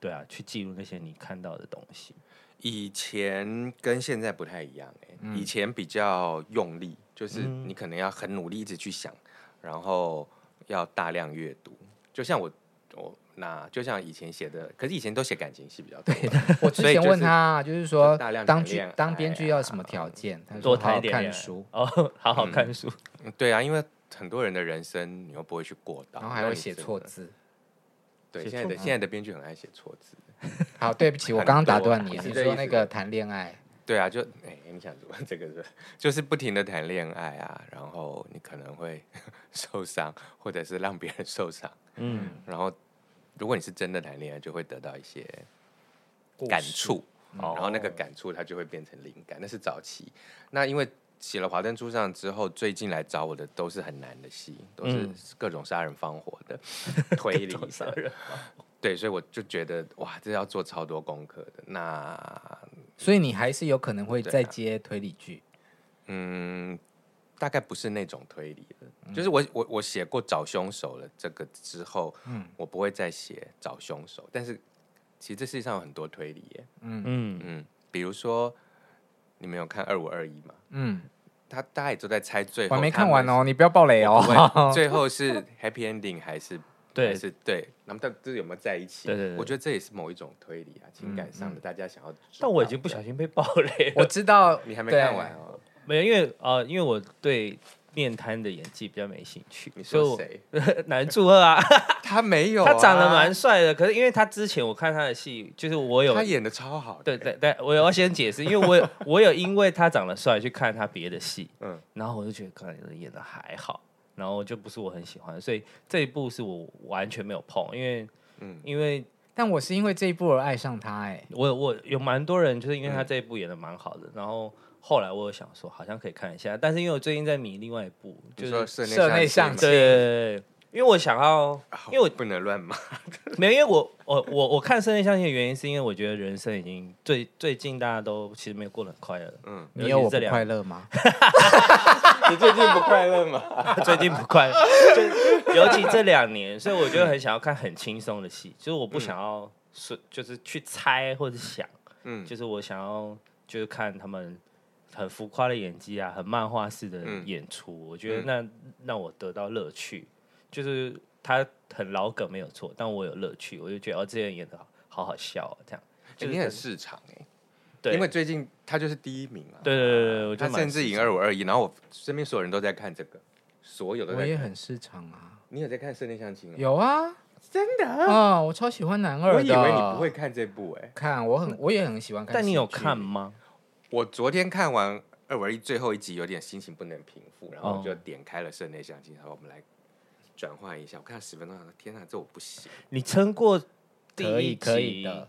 Speaker 2: 对啊，去记录那些你看到的东西？
Speaker 1: 以前跟现在不太一样、欸
Speaker 3: 嗯
Speaker 1: 以前比较用力，就是
Speaker 2: 嗯
Speaker 1: 你可能要很努力一直去想，然后要大量阅读。就像我我那就像以前写的，可是以前都写感情戏比较多，
Speaker 3: 我之
Speaker 1: 所以
Speaker 3: 前
Speaker 1: 就是
Speaker 3: 问他，就是说
Speaker 1: 就大量哎
Speaker 3: 当
Speaker 1: 谈
Speaker 3: 剧
Speaker 1: 恋爱
Speaker 3: 当编剧要什么条件？他
Speaker 2: 多
Speaker 3: 说好
Speaker 2: 谈
Speaker 3: 好
Speaker 2: 一点
Speaker 3: 看
Speaker 2: 恋爱
Speaker 3: 书，
Speaker 2: 哦，好好看书。
Speaker 1: 嗯对啊，因为很多人的人生你又不会去过到，
Speaker 3: 然后还
Speaker 1: 那
Speaker 3: 会
Speaker 1: 你
Speaker 3: 写
Speaker 1: 真
Speaker 3: 错嗯
Speaker 1: 的。
Speaker 3: 字。
Speaker 1: 对，
Speaker 2: 写
Speaker 1: 现在
Speaker 2: 错
Speaker 1: 的现在的编剧很爱写错字。
Speaker 3: 好，对不起，我
Speaker 1: 很
Speaker 3: 刚刚打
Speaker 1: 多
Speaker 3: 断你，
Speaker 1: 不是
Speaker 3: 你
Speaker 1: 这
Speaker 3: 说
Speaker 1: 意
Speaker 3: 那
Speaker 1: 思
Speaker 3: 个谈恋爱，
Speaker 1: 对啊，就哎、你想怎么 这个是不是就是不停的谈恋爱啊，然后你可能会 受伤，或者是让别人受伤。
Speaker 2: 嗯，
Speaker 1: 然后如果你是真的谈恋爱，就会得到一些感触，嗯
Speaker 2: 哦
Speaker 1: 然后那个感触它就会变成灵感，那是早期。那因为写了《华灯初上》之后，最近来找我的都是很难的戏，都是
Speaker 2: 嗯
Speaker 1: 各种杀人放火 的、推理
Speaker 2: 多少
Speaker 1: 的，
Speaker 2: 人？
Speaker 1: 对，所以我就觉得哇，这要做超多功课的。那
Speaker 3: 所以你还是有可能会
Speaker 1: 对啊
Speaker 3: 再接推理剧。
Speaker 1: 嗯，大概不是那种推理的，
Speaker 2: 嗯
Speaker 1: 就是我我我写过找凶手了这个之后，
Speaker 3: 嗯
Speaker 1: 我不会再写找凶手，但是其实这世界上有很多推理耶，
Speaker 2: 嗯，
Speaker 1: 嗯，比如说你们有看二五二一吗？
Speaker 3: 嗯，
Speaker 1: 他大家也都在猜最
Speaker 3: 我
Speaker 1: 后
Speaker 3: 还没
Speaker 1: 他
Speaker 3: 看
Speaker 1: 们
Speaker 3: 完哦，你不要暴雷
Speaker 1: 是，对
Speaker 3: 哦。
Speaker 1: 最 后是 happy ending 还是还
Speaker 2: 对，
Speaker 1: 是对，那么到底有没有在一起？
Speaker 2: 对对对嗯
Speaker 1: 我觉得这也是某一种推理啊，情感上的大家想要知道的，
Speaker 2: 但我已经不小心被爆雷
Speaker 3: 我
Speaker 2: 了。
Speaker 3: 知道
Speaker 1: 你还没
Speaker 3: 对
Speaker 1: 看完哦，
Speaker 2: 没有，因为呃，因为我对面瘫的演技比较没兴趣，
Speaker 1: 你
Speaker 2: 所以
Speaker 1: 说
Speaker 2: 我
Speaker 1: 谁？
Speaker 2: 男祝贺啊，
Speaker 1: 他没有啊，
Speaker 2: 他长得蛮帅的，可是因为他之前我看他的戏，就是我有
Speaker 1: 他演的超好的，
Speaker 2: 对对对，我要先解释，因为我有 我有因为他长得帅去看他别的戏，
Speaker 1: 嗯
Speaker 2: 嗯，然后我就觉得看人演的还好，然后就不是我很喜欢，所以这一部是我完全没有碰，因为
Speaker 1: 嗯
Speaker 2: 因为
Speaker 3: 但我是因为这一部而爱上他，哎，
Speaker 2: 我有我有蛮多人就是因为
Speaker 1: 嗯
Speaker 2: 他这一部演的蛮好的，然后后来我有想说好像可以看一下，但是因为我最近在迷另外一部，就
Speaker 1: 就是说
Speaker 2: 对
Speaker 1: 室
Speaker 3: 室内相
Speaker 1: 相
Speaker 3: 亲
Speaker 1: 亲
Speaker 2: 对对，对因为我想要
Speaker 1: 嘛，
Speaker 2: 因为我
Speaker 1: 不能乱骂，
Speaker 2: 没有，因为我我我我看《室内相亲》的原因是因为我觉得人生已经最最近大家都其实没有过得很快乐，
Speaker 1: 嗯，
Speaker 2: 尤
Speaker 3: 你
Speaker 2: 其
Speaker 3: 有
Speaker 2: 是
Speaker 3: 我
Speaker 2: 这
Speaker 3: 不
Speaker 2: 两
Speaker 3: 快乐吗？
Speaker 1: 你最近不快乐 吗？
Speaker 2: 最近不快乐， 就尤其这两年，所以我就很想要看很轻松的戏，就是我不想要是、就是去猜或者想，
Speaker 1: 嗯
Speaker 2: 就是我想要就是看他们很浮夸的演技啊，很漫画式的
Speaker 1: 嗯
Speaker 2: 演出，我觉得那让我得到乐趣，就是他很老梗没有错，但我有乐趣，我就觉得哦，这个人演的好好笑、哦，这样，
Speaker 1: 欸
Speaker 2: 就是
Speaker 1: 你很市场哎、
Speaker 2: 对，
Speaker 1: 因为最近他就是第一名啊。
Speaker 2: 对对对对，我就
Speaker 1: 他
Speaker 2: 蛮
Speaker 1: 甚至
Speaker 2: 欣
Speaker 1: 赢
Speaker 2: 赏
Speaker 1: 二五二一，然后我身边所有人都在看这个，所有都
Speaker 3: 我
Speaker 1: 在
Speaker 3: 也
Speaker 1: 看。
Speaker 3: 很市场啊，
Speaker 1: 你有在看《室内相亲》吗？
Speaker 3: 有啊，
Speaker 1: 真的啊、
Speaker 3: 啊、我超喜欢男二
Speaker 1: 我
Speaker 3: 的。嗯
Speaker 1: 以为你不会看这部哎、
Speaker 3: 看，我很我也很喜欢看。
Speaker 2: 但你有看？吗？
Speaker 1: 我昨天看完《二五二一》最后一集，有点心情不能平复，然后
Speaker 2: 哦
Speaker 1: 我就点开了《室内相亲》，然后我们来转换一下。我看了十分钟，天哪，这我不行。
Speaker 2: 你撑过第
Speaker 3: 可以
Speaker 2: 一
Speaker 3: 可以
Speaker 2: 集
Speaker 3: 的，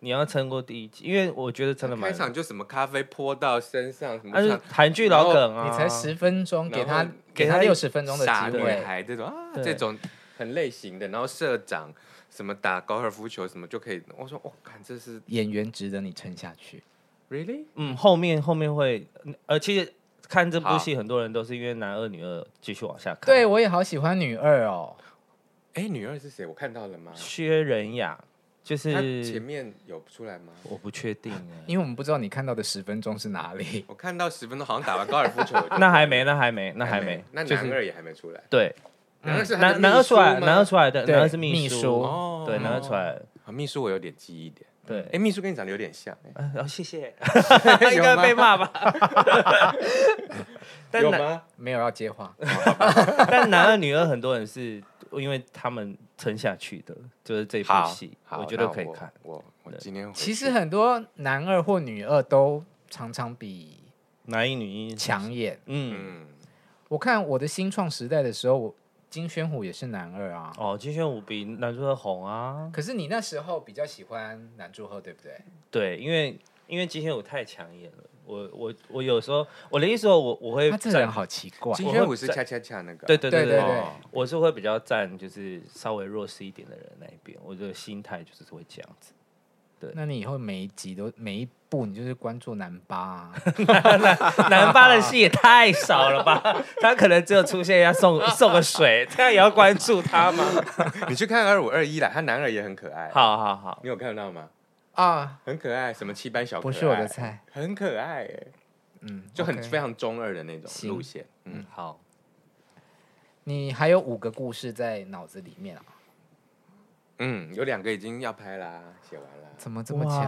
Speaker 2: 你要撑过第一集，因为我觉得真的蛮
Speaker 1: 开，场就什么咖啡泼到身上，什么
Speaker 2: 但是
Speaker 1: 像
Speaker 2: 韩剧老梗啊，
Speaker 3: 你才十分钟，
Speaker 1: 然
Speaker 3: 给他
Speaker 1: 后
Speaker 3: 给
Speaker 2: 给
Speaker 3: 他
Speaker 2: 他
Speaker 3: 六十分钟的
Speaker 1: 傻
Speaker 3: 机
Speaker 1: 女
Speaker 3: 会，
Speaker 1: 孩这种啊，
Speaker 2: 对
Speaker 1: 这种很类型的，然后社长什么打高尔夫球什么就可以，我说我看、这是
Speaker 3: 演员值得你撑下去。
Speaker 1: really
Speaker 2: 嗯，后面后面会，呃，其实看这部戏很多人都是因为男二女二继续往下看，
Speaker 3: 对，我也好喜欢女二哦，
Speaker 1: 哎、女二是谁？我看到了吗？
Speaker 2: 薛仁雅就
Speaker 1: 她前
Speaker 2: 是
Speaker 1: 面有出来吗？
Speaker 2: 我不确定哎、
Speaker 3: 因为我们不知道你看到的十分钟是哪里。
Speaker 1: 我看到十分钟，好像打完高尔夫球，我就
Speaker 2: 那还没，那还没，那
Speaker 1: 啊还
Speaker 2: 还没，
Speaker 1: 那
Speaker 2: 就
Speaker 1: 男
Speaker 2: 是
Speaker 1: 二也还没出来，
Speaker 2: 对，
Speaker 1: 男二是她的
Speaker 2: 男男二出来，
Speaker 1: 秘书吗
Speaker 2: 男二出来的，
Speaker 3: 对
Speaker 2: 男二是
Speaker 3: 秘书
Speaker 2: 书，
Speaker 1: 哦
Speaker 2: 对，男二出来，
Speaker 1: 啊秘书我有点记忆点，
Speaker 2: 对，
Speaker 1: 哎、秘书跟你长得有点像、哎
Speaker 2: 然后 谢谢， 应该被骂吧？ 但
Speaker 1: 有
Speaker 2: 男
Speaker 1: 吗？
Speaker 3: 没有要接话，
Speaker 2: 但男二女二很多人是因为他们撑下去的，就是这部
Speaker 1: 好
Speaker 2: 戏，，
Speaker 1: 好
Speaker 2: 我觉得
Speaker 1: 那
Speaker 2: 可以看。
Speaker 1: 我我今天回去
Speaker 3: 其实很多男二或女二都常常比
Speaker 2: 男一女一，
Speaker 3: 抢眼。
Speaker 2: 嗯，
Speaker 1: 嗯，
Speaker 3: 我看我的新创时代的时候，我金宣虎也是男二啊。
Speaker 2: 哦，金宣武比男主角红啊，
Speaker 3: 可是你那时候比较喜欢男祝贺，对不对？
Speaker 2: 对，因为因为金宣武太抢眼了，我我我有时候我的意思说我我会
Speaker 3: 他这人
Speaker 2: 站，
Speaker 3: 好奇怪，
Speaker 1: 金宣武是恰恰恰那个，
Speaker 2: 对对
Speaker 3: 对
Speaker 2: 对
Speaker 3: 对
Speaker 1: 哦
Speaker 2: 我是会比较站就是稍微弱势一点的人那一边，我的心态就是会这样子。
Speaker 3: 那你以后每一集都每一部你就是关注男八、啊，
Speaker 2: 南方的戏也太少了吧？ 他可能只有出现一下送送个水，这样也要关注他吗？
Speaker 1: 你去看二五二一啦，他男二也很可爱。，
Speaker 2: 好好好，
Speaker 1: 你有看到吗？
Speaker 3: 啊，
Speaker 1: 很可爱，什么七班小可爱
Speaker 3: 不是我的菜，
Speaker 1: 很可爱哎，
Speaker 3: 嗯，
Speaker 1: 就很
Speaker 3: OK
Speaker 1: 非常中二的那种
Speaker 3: 行
Speaker 1: 路线。嗯，
Speaker 2: 好，
Speaker 3: 你还有五个故事在脑子里面啊？
Speaker 1: 嗯，有两个已经要拍啦，写完啦。
Speaker 3: 怎么这么
Speaker 2: 哇
Speaker 3: 强？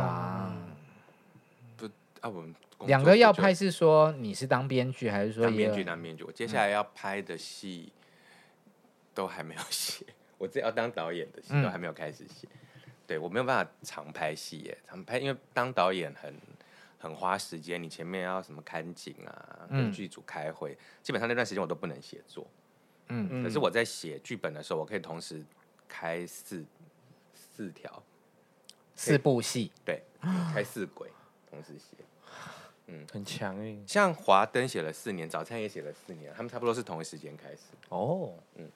Speaker 1: 啊，我们工作
Speaker 3: 嗯两个要
Speaker 1: 就
Speaker 3: 拍是说你是当编剧还是说
Speaker 1: 当
Speaker 3: 也
Speaker 1: 编剧，当编剧。我接下
Speaker 3: 嗯
Speaker 1: 来要拍的戏都还没有写，我自己要当导演的戏
Speaker 3: 嗯
Speaker 1: 都还没有开始写。对我没有办法常拍戏耶，常拍因为当导演很很花时间，你前面要什么看景啊，跟
Speaker 3: 嗯
Speaker 1: 剧组开会，基本上那段时间我都不能写作。
Speaker 3: 嗯，
Speaker 1: 可是我在写剧本的时候，我可以同时开四四条，
Speaker 3: 四部戏
Speaker 1: 对，开四轨同时写。嗯
Speaker 2: 很强哎，
Speaker 1: 像华灯写了四年，早餐也写了四年，他们差不多是同一时间开始。
Speaker 2: 哦，嗯，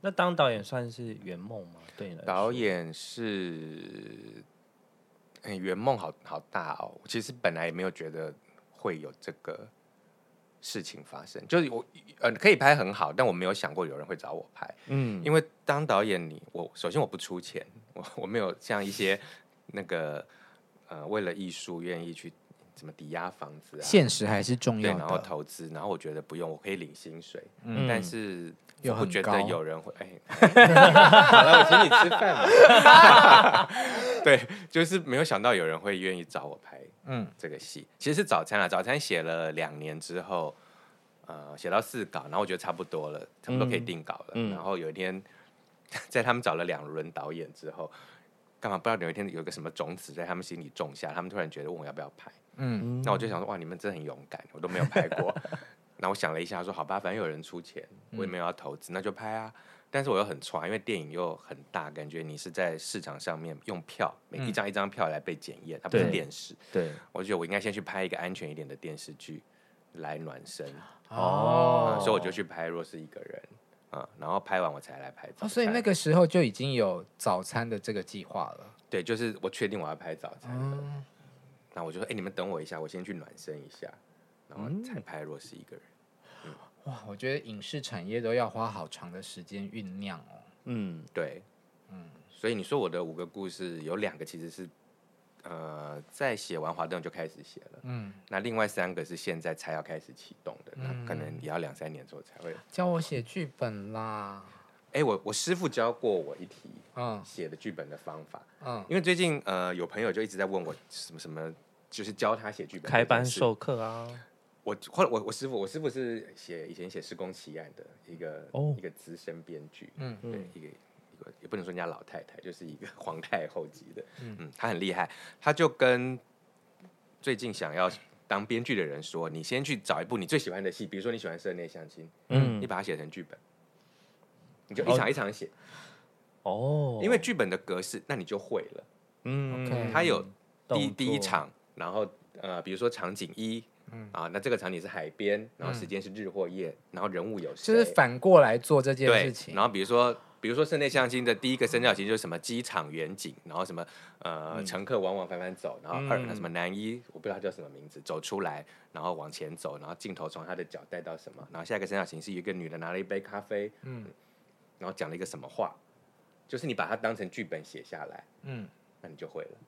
Speaker 2: 那当导演算是圆梦吗？对你来说
Speaker 1: 导，演是，哎、圆梦好好大哦。我其实本来也没有觉得会有这个事情发生，就是我呃可以拍很好，但我没有想过有人会找我拍。
Speaker 2: 嗯，
Speaker 1: 因为当导演你，我首先我不出钱，我我没有像一些那个呃，为了艺术愿意去怎么抵押房子啊，
Speaker 3: 现实还是重
Speaker 1: 对，
Speaker 3: 要
Speaker 1: 然后
Speaker 3: 的。
Speaker 1: 投资，然后我觉得不用，我可以领薪水，
Speaker 2: 嗯
Speaker 1: 但是
Speaker 3: 又
Speaker 1: 我不
Speaker 3: 很
Speaker 1: 觉
Speaker 3: 高
Speaker 1: 得有人 会哎，好了，我请你吃饭嘛。 对，就是没有想到有人会愿意找我拍
Speaker 3: 嗯，
Speaker 1: 这个戏，其实是早餐啊，早餐写了两年之后，呃，写到四稿，然后我觉得差不多了，差不多可以定稿了。
Speaker 2: 嗯
Speaker 1: 然后有一天，在他们找了两轮导演之后，干嘛不知道有一天有个什么种子在他们心里种下，他们突然觉得问我要不要拍，
Speaker 3: 嗯
Speaker 2: 嗯
Speaker 1: 那我就想说哇，你们真的很勇敢，我都没有拍过。 那我想了一下，说好吧，反正有人出钱，
Speaker 3: 嗯
Speaker 1: 我也没有要投资，那就拍啊。但是我又很传，因为电影又很大，感觉你是在市场上面用票，每
Speaker 3: 嗯
Speaker 1: 一张一张票来被检验，它不是
Speaker 2: 对
Speaker 1: 电视。
Speaker 2: 对，
Speaker 1: 我觉得我应该先去拍一个安全一点的电视剧来暖身、
Speaker 2: 哦
Speaker 1: 啊所以我就去拍《若是一个人》啊，然后拍完我才来拍早餐、
Speaker 3: 哦，所以那个时候就已经有早餐的这个计划了。
Speaker 1: 对，就是我确定我要拍早餐了，
Speaker 3: 嗯，嗯
Speaker 1: 那、我就说，哎、你们等我一下，我先去暖身一下，然后才拍《若是一个人》
Speaker 3: 哇，我觉得影视产业都要花好长的时间酝酿哦。
Speaker 2: 嗯，
Speaker 1: 对，嗯，所以你说我的五个故事有两个其实是，呃，在写完华灯就开始写了，
Speaker 3: 嗯，
Speaker 1: 那另外三个是现在才要开始启动的，那可能也要两三年之后才会。
Speaker 3: 教我写剧本啦。
Speaker 1: 哎、我我师傅教过我一题
Speaker 3: 嗯
Speaker 1: 写的剧本的方法，
Speaker 3: 嗯，
Speaker 1: 因为最近呃有朋友就一直在问我什么什么，就是教他写剧本这件
Speaker 2: 开班
Speaker 1: 事
Speaker 2: 授课啊，
Speaker 1: 我后来我我师傅，我师傅是写以前写《施工奇案》的一个、
Speaker 2: 哦
Speaker 1: 一个资深编剧，
Speaker 3: 嗯
Speaker 1: 对，一个一个也不能说人家老太太，就是一个 皇太后级的，嗯她很厉害，她就跟最近想要当编剧的人说，你先去找一部你最喜欢的戏，比如说你喜欢《室内相亲》，
Speaker 2: 嗯
Speaker 1: 你把它写成剧本，你就一场一场写，
Speaker 2: 哦，
Speaker 1: 因为剧本的格式，那你就会了。
Speaker 2: 嗯
Speaker 3: OK
Speaker 1: 它有第
Speaker 2: 动
Speaker 1: 第一
Speaker 2: 作
Speaker 1: 场，然后呃，比如说场景一，
Speaker 2: 嗯
Speaker 1: 啊，那这个场景是海边，然后时间是日或夜，然后人物有谁，
Speaker 3: 就是反过来做这件
Speaker 1: 对
Speaker 3: 事，情。
Speaker 1: 然后比如说。比如说室内相亲的第一个生料其实就是什么机场远景，然后什么呃、
Speaker 3: 嗯
Speaker 1: 乘客往往返返走，然后二、
Speaker 2: 嗯
Speaker 1: 什么男一我不知道他叫什么名字走出来，然后往前走，然后镜头从他的脚带到什么，然后下一个生料型是有一个女的拿了一杯咖啡，嗯，然后讲了一个什么话，就是你把它当成剧本写下来，
Speaker 3: 嗯，
Speaker 1: 那你就会了，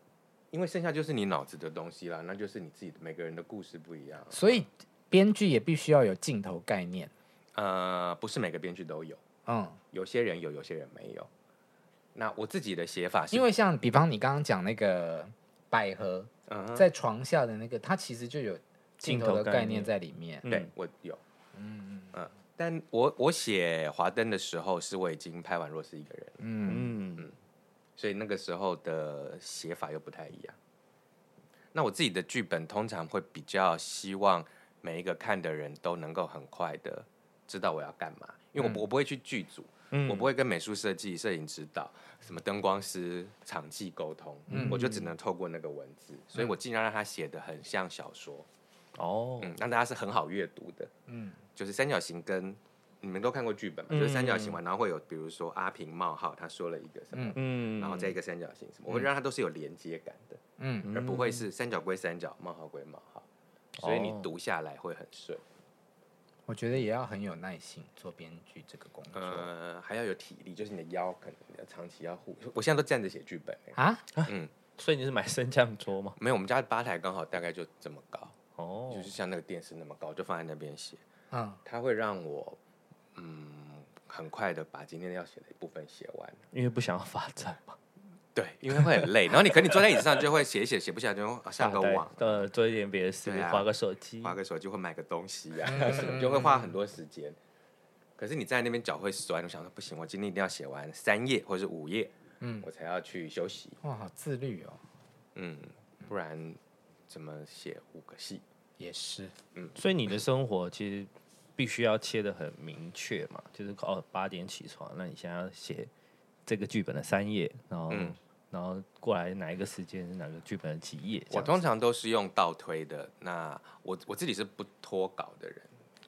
Speaker 1: 因为剩下就是你脑子的东西啦，那就是你自己的每个人的故事不一样。啊
Speaker 3: 所以编剧也必须要有镜头概念。
Speaker 1: 呃，不是每个编剧都有，
Speaker 3: 嗯，
Speaker 1: 有些人有，有些人没有。那我自己的写法是，
Speaker 3: 因为像比方你刚刚讲那个百合
Speaker 1: 嗯哼
Speaker 3: 在床下的那个，它其实就有镜头的概念在里面。
Speaker 2: 嗯
Speaker 1: 对我有，嗯嗯，但我我写《华灯》的时候，是我已经拍完《若是一个人》了，
Speaker 3: 嗯，
Speaker 2: 嗯
Speaker 1: 所以那个时候的写法又不太一样。那我自己的剧本通常会比较希望每一个看的人都能够很快的知道我要干嘛，因为我不、我不会去剧组，
Speaker 2: 嗯
Speaker 1: 我不会跟美术设计、摄影指导、什么灯光师、场记沟通，我就只能透过那个文字，所以我尽量让他写的很像小说，
Speaker 2: 哦
Speaker 1: 嗯，让大家是很好阅读的，
Speaker 3: 嗯
Speaker 1: 嗯，就是三角形跟你们都看过剧本嘛，就是三角形嘛，然后会有比如说阿平冒号他说了一个什么，
Speaker 2: 嗯，
Speaker 1: 然后再一个三角形什么，我会让它都是有连接感的，
Speaker 3: 嗯，
Speaker 1: 而不会是三角归三角，冒号归冒号，所以你读下来会很顺，
Speaker 3: 我觉得也要很有耐心做编剧这个工作、
Speaker 1: 呃，还要有体力，就是你的腰可能要长期要护，我现在都站着写剧本欸、
Speaker 3: 啊。
Speaker 2: 所以你是买升降桌吗？
Speaker 1: 没有，我们家的吧台刚好大概就这么高，
Speaker 2: 哦
Speaker 1: 就是像那个电视那么高，就放在那边写，
Speaker 3: 嗯，
Speaker 1: 它会让我嗯很快的把今天要写的一部分写完。
Speaker 2: 因为不想要发展嘛，
Speaker 1: 对，因为会很累，然后你可能你坐在椅子上就会写一写，写不下来就啊上个
Speaker 2: 大概
Speaker 1: 网，
Speaker 2: 呃，做一点别的事
Speaker 1: 对，啊
Speaker 2: 划个手机，
Speaker 1: 划个手机或买个东西呀、啊，什么就会花很多时间。可是你在那边脚会酸，我想说不行，我今天一定要写完三页或者是五页，嗯，我才要去休息，
Speaker 3: 哇，好自律哦，
Speaker 1: 嗯，不然怎么写五个戏？
Speaker 3: 也是。
Speaker 2: 所以你的生活其实必须要切的很明确嘛，就是哦八点起床，那你现在要写这个剧本的三页，然后、
Speaker 1: 嗯
Speaker 2: 然后过来哪一个时间哪个剧本的几页，
Speaker 1: 我
Speaker 2: 这样
Speaker 1: 通常都是用倒推的，那我我自己是不脱稿的人，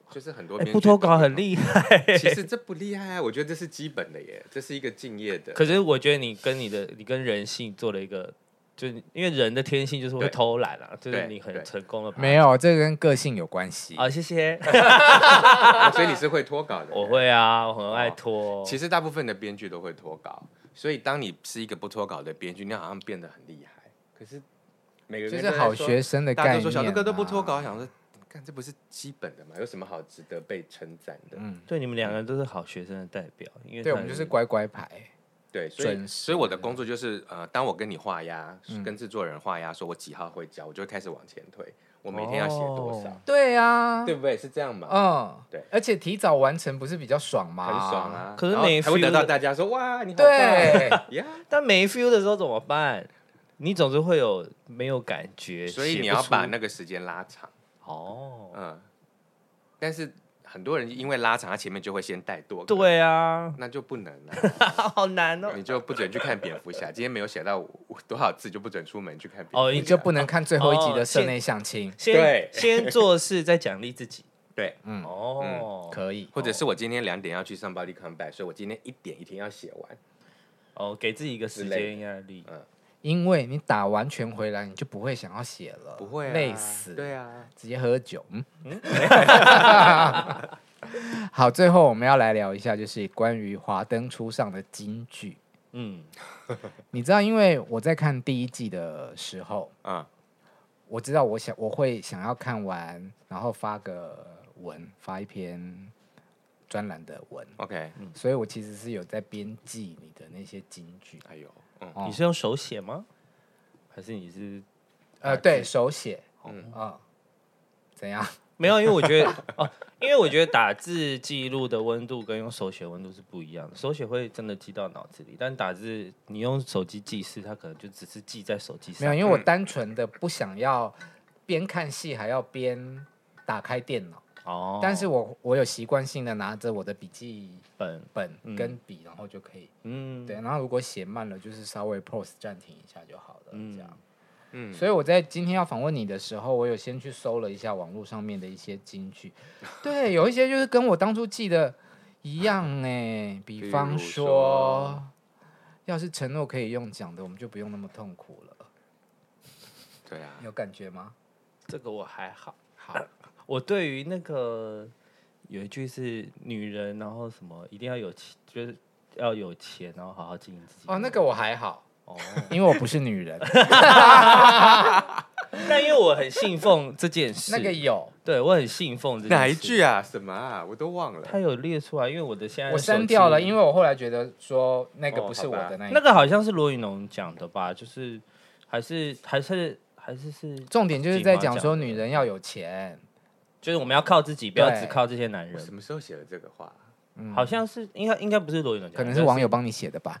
Speaker 1: 就是很多
Speaker 2: 哎
Speaker 1: 编
Speaker 2: 不
Speaker 1: 剧
Speaker 2: 脱
Speaker 1: 都
Speaker 2: 稿
Speaker 1: 会
Speaker 2: 很厉害，
Speaker 1: 其实这不厉害啊，我觉得这是基本的耶，这是一个敬业的。
Speaker 2: 可是我觉得你跟你的你跟人性做了一个。就是因为人的天性就是会
Speaker 1: 对
Speaker 2: 偷懒啊，就是
Speaker 1: 对
Speaker 2: 你很
Speaker 1: 对
Speaker 2: 成功了，
Speaker 3: 没有，这个跟个性有关系。
Speaker 2: 啊、谢谢，
Speaker 1: 啊所以你是会脱稿的人，
Speaker 2: 我会啊，我很爱拖。
Speaker 1: 哦其
Speaker 2: 实
Speaker 1: 实大部分的编剧都会脱稿，所以当你是一个不脱稿的编剧，你好像变得很厉害。可是每个
Speaker 3: 就
Speaker 1: 人
Speaker 3: 是
Speaker 1: 都在
Speaker 3: 好
Speaker 1: 说
Speaker 3: 学生的
Speaker 1: 大
Speaker 3: 概
Speaker 1: 家
Speaker 3: 念、啊。
Speaker 1: 都说小哥哥都不脱稿，我想说，看这不是基本的嘛，有什么好值得被称赞的？
Speaker 3: 嗯，
Speaker 2: 对你们两个人都是好学生的代表，因为
Speaker 1: 嗯
Speaker 3: 对，我
Speaker 2: 他
Speaker 3: 们就是乖乖牌。
Speaker 1: 对，所以
Speaker 3: 准时
Speaker 1: 所以我的
Speaker 2: 嗯
Speaker 1: 工作就是呃，当我跟你画押
Speaker 3: 嗯，
Speaker 1: 跟制作人画押，说我几号会交，我就会开始往前推，我每天要写多少，
Speaker 2: 哦
Speaker 3: 对啊，
Speaker 1: 对不对？是这样嘛？
Speaker 3: 嗯，
Speaker 1: 对
Speaker 3: 而且提早完成不是比较爽吗？
Speaker 1: 很爽！啊！
Speaker 2: 可是
Speaker 1: 然后
Speaker 2: 每
Speaker 1: 还会得
Speaker 2: feel-
Speaker 1: 到大家说哇，你好
Speaker 3: 对
Speaker 1: 棒呀！
Speaker 2: 但没 feel 的时候怎么办？你总是会有没有感觉，
Speaker 1: 所以
Speaker 2: 写
Speaker 1: 你
Speaker 2: 不
Speaker 1: 要
Speaker 2: 出
Speaker 1: 把那个时间拉长。
Speaker 2: 哦，
Speaker 1: 嗯，但是很多人因为拉长，他前面就会先带多个，，
Speaker 2: 对 啊，
Speaker 1: 那就不能 了，
Speaker 2: 好难哦。
Speaker 1: 你就不准去看蝙蝠侠。今天没有写到多少字，就不准出门去看蝙蝠侠。
Speaker 2: 哦
Speaker 3: 你就不能看最后一集
Speaker 2: 哦
Speaker 3: 的室
Speaker 2: 现
Speaker 3: 内相亲，
Speaker 2: 先
Speaker 1: 对
Speaker 2: 先做事，再奖励自 己。
Speaker 1: 对，
Speaker 3: 嗯
Speaker 2: 哦，
Speaker 3: 可以。
Speaker 1: 或者是我今天两点要去 somebody come back，所以我今天一点一定要写完。
Speaker 2: 哦，给自己一个时
Speaker 1: 之类
Speaker 2: 间压力。
Speaker 3: 因为你打完全回来，你就不会想要写了，
Speaker 1: 啊不会、啊，
Speaker 3: 累死，
Speaker 1: 对啊，
Speaker 3: 直接喝酒。嗯， 好，最后我们要来聊一下，就是关于《华灯初上》的金句。
Speaker 2: 嗯，
Speaker 3: 你知道，因为我在看第一季的时候，
Speaker 1: 嗯，
Speaker 3: 我知道我想我会想要看完，然后发个文，发一篇专栏的文，
Speaker 1: OK，
Speaker 3: 所以我其实是有在编辑你的那些金句。
Speaker 1: 哎呦，嗯，
Speaker 3: 哦
Speaker 2: 你是用手写吗？还是你 是
Speaker 3: 呃，对手写，嗯
Speaker 1: 嗯
Speaker 3: 啊，怎样？
Speaker 2: 没有？因为我觉得哦，因为我觉得打字记录的温度跟用手写温度是不一样的，手写会真的记到脑子里，但打字你用手机记事，它可能就只是记在手机
Speaker 3: 没有，
Speaker 2: 上。
Speaker 1: 嗯
Speaker 3: 因为我单纯的不想要边看戏还要边打开电脑，
Speaker 2: 哦，
Speaker 3: 但是我我有习惯性的拿着我的笔记
Speaker 2: 本
Speaker 3: 本
Speaker 1: 嗯
Speaker 3: 跟笔，然后就可以
Speaker 2: 嗯
Speaker 3: 对，然后如果写慢了，就是稍微 pause 暂停一下就好了，
Speaker 2: 嗯
Speaker 3: 这样。
Speaker 1: 嗯
Speaker 3: 所以我在今天要访问你的时候，我有先去搜了一下网络上面的一些金句，对，有一些就是跟我当初记得一样哎、比
Speaker 1: 比
Speaker 3: 方
Speaker 1: 如
Speaker 3: 说
Speaker 1: 说，
Speaker 3: 要是承诺可以用讲的，我们就不用那么痛苦了，
Speaker 1: 对啊
Speaker 3: 你，有感觉吗？
Speaker 2: 这个我还好。好，我对于那个有一句是女人，然后什么一定要有钱，就是要有钱，然后好好经营自己。
Speaker 3: 哦，那个我还好，
Speaker 2: 哦，
Speaker 3: 因为我不是女 人，
Speaker 2: 但因为我很信奉这件事，
Speaker 3: 那个有，
Speaker 2: 对我很信奉这件事
Speaker 1: 哪一句？啊？什么啊？我都忘
Speaker 2: 他
Speaker 1: 了。
Speaker 2: 有列出来，因为我的现在
Speaker 3: 我删掉了，因
Speaker 2: 为
Speaker 3: 为我后来觉得说那个
Speaker 1: 哦
Speaker 3: 不是
Speaker 1: 好
Speaker 3: 我
Speaker 1: 吧
Speaker 3: 的那一
Speaker 2: 那个好像是罗云龙讲的吧，就是还是还是还是是，
Speaker 3: 重点就是在讲
Speaker 2: 锦华
Speaker 3: 说
Speaker 2: 奖
Speaker 3: 女人要有钱，
Speaker 2: 就是我们要靠自己，不要
Speaker 3: 对
Speaker 2: 只靠这些男
Speaker 1: 我什
Speaker 2: 人。
Speaker 1: 么时候写的这个话？
Speaker 3: 嗯
Speaker 2: 好像是应该应该不是罗云龙讲的，
Speaker 3: 可能
Speaker 2: 应
Speaker 3: 是
Speaker 2: 该
Speaker 3: 网友帮你写 的吧。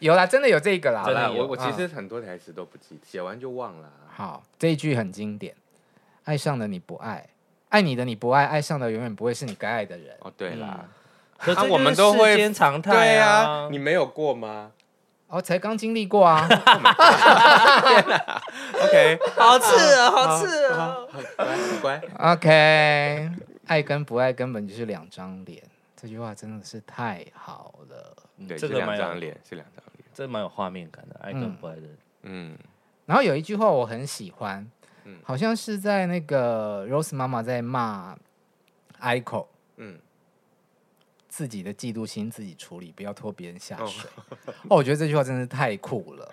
Speaker 3: 有啦，真的有这个啦。
Speaker 1: 好
Speaker 2: 真的
Speaker 1: 啦，
Speaker 2: 有
Speaker 1: 我我
Speaker 3: 啊
Speaker 1: 其实很多台词都不记，写完就忘了啊。
Speaker 3: 好，这一句很经典：爱上的你不爱，爱你的你不爱，爱上的永远不会是你该爱的人。
Speaker 1: 哦，对啦
Speaker 2: 嗯，可
Speaker 1: 啊
Speaker 2: 这
Speaker 1: 我
Speaker 2: 就是
Speaker 1: 们都会
Speaker 2: 世间常态
Speaker 1: 对
Speaker 2: 啊
Speaker 1: 啊，你没有过吗
Speaker 3: 哦，才刚经历过 啊，
Speaker 1: ？OK，
Speaker 2: 好刺耳，好刺哦
Speaker 1: 啊
Speaker 2: 耳。
Speaker 1: 乖乖，
Speaker 3: OK，爱跟不爱根本就是两张脸，这句话真的是太好了。
Speaker 1: 对，
Speaker 2: 这
Speaker 1: 是
Speaker 2: 个
Speaker 1: 两
Speaker 2: 蛮
Speaker 1: 张
Speaker 2: 有，
Speaker 1: 脸，是两张脸。
Speaker 2: 这蛮有画面感的，爱跟不爱的。
Speaker 1: 嗯，
Speaker 3: 然后有一句话我很喜欢，
Speaker 1: 嗯
Speaker 3: 好像是在那个 Rose 妈妈在骂 Ico
Speaker 1: 嗯，
Speaker 3: 自己的嫉妒心自己处理，不要拖别人下水。哦，我觉得这句话真的是太酷了。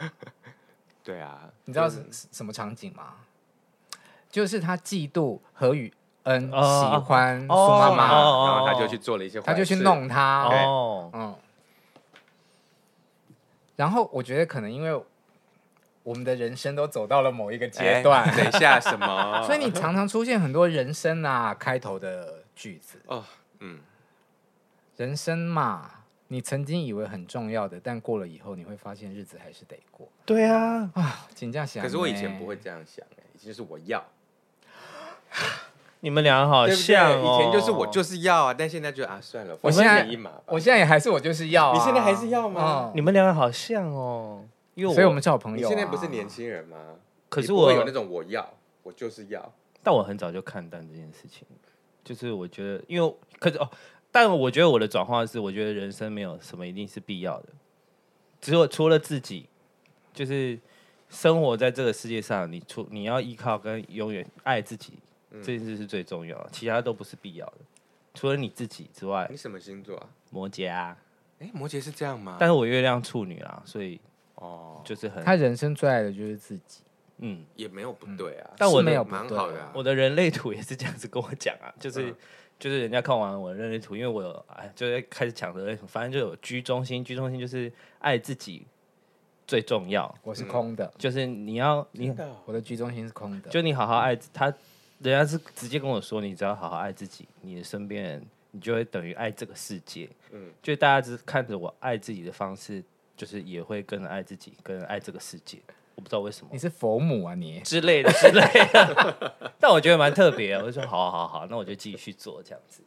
Speaker 1: 对啊，
Speaker 3: 你知道
Speaker 1: 就是
Speaker 3: 是什么场景吗？就是他嫉妒何雨恩
Speaker 2: 哦哦
Speaker 3: 喜欢苏
Speaker 2: 哦
Speaker 3: 妈
Speaker 1: 妈妈，
Speaker 3: 妈，
Speaker 2: 哦
Speaker 1: 然后他就去做了一些，哎
Speaker 3: 他就去，弄他。
Speaker 2: 哦，
Speaker 3: 嗯，然后我觉得可能因为我们的人生都走到了某一个阶
Speaker 1: 哎
Speaker 3: 段，
Speaker 1: 等一下什 么？
Speaker 3: 所以你常常出现很多人生啊开头的句子。
Speaker 1: 哦，嗯，
Speaker 3: 人生嘛，你曾经以为很重要的，但过了以后，你会发现日子还是得过
Speaker 2: 对啊，
Speaker 3: 啊。请假想，
Speaker 1: 可是我以前不会这样想，哎，以前就是我要，
Speaker 2: 你们俩好
Speaker 1: 对不对
Speaker 2: 像哦
Speaker 1: 以前就是我就是要啊，但现在就啊算了，
Speaker 3: 我
Speaker 1: 放
Speaker 3: 现在
Speaker 1: 你一马吧，
Speaker 3: 我现在也还是我就是要、啊，
Speaker 1: 你现在还是要吗
Speaker 3: 嗯
Speaker 2: 你们俩好像哦，因为
Speaker 3: 所以我们是好朋
Speaker 1: 你
Speaker 3: 友、啊。
Speaker 1: 现在不是年，轻人吗？
Speaker 2: 可
Speaker 1: 你
Speaker 2: 是
Speaker 1: 不会
Speaker 2: 我
Speaker 1: 有那种我要，我就是要，
Speaker 2: 但我很早就看淡这件事情，就是我觉得，因为可是哦，但我觉得我的转化是，我觉得人生没有什么一定是必要的，只有除了自己，就是生活在这个世界上，你除你要依靠跟永远爱自己
Speaker 1: 嗯
Speaker 2: 这件事是最重要的，其他都不是必要的。除了你自己之外
Speaker 1: 你，什么星座啊？
Speaker 2: 摩羯啊，
Speaker 1: 哎，摩羯是这样吗？
Speaker 2: 但是我月亮处女啊，所以
Speaker 1: 哦，
Speaker 2: 就是很
Speaker 3: 他人生最爱的就是自己。
Speaker 2: 嗯，
Speaker 1: 也没有不对啊，
Speaker 2: 但我
Speaker 3: 是
Speaker 2: 的
Speaker 3: 没有不
Speaker 1: 蛮
Speaker 3: 对
Speaker 1: 好的啊
Speaker 2: 我的人类图也是这样子跟我讲啊，就是、
Speaker 1: 嗯
Speaker 2: 就是人家看完我的人类图，因为我有哎，就是开始讲人类图，反正就有居中心，居中心就是爱自己最重要，
Speaker 3: 我是空的，
Speaker 2: 就是你要你
Speaker 1: 真的哦
Speaker 3: 我的居中心是空的。
Speaker 2: 就你好好爱自他，人家是直接跟我说，你只要好好爱自己，你的身边人，你就会等于爱这个世界。
Speaker 1: 嗯
Speaker 2: 就大家只是看着我爱自己的方式，就是也会跟着爱自己，跟着爱这个世界。我不知道为什么
Speaker 3: 你，是佛母啊你？
Speaker 2: 之类的之类的。 但我觉得蛮特别啊的，我就说好好好，那我就继续做这样子。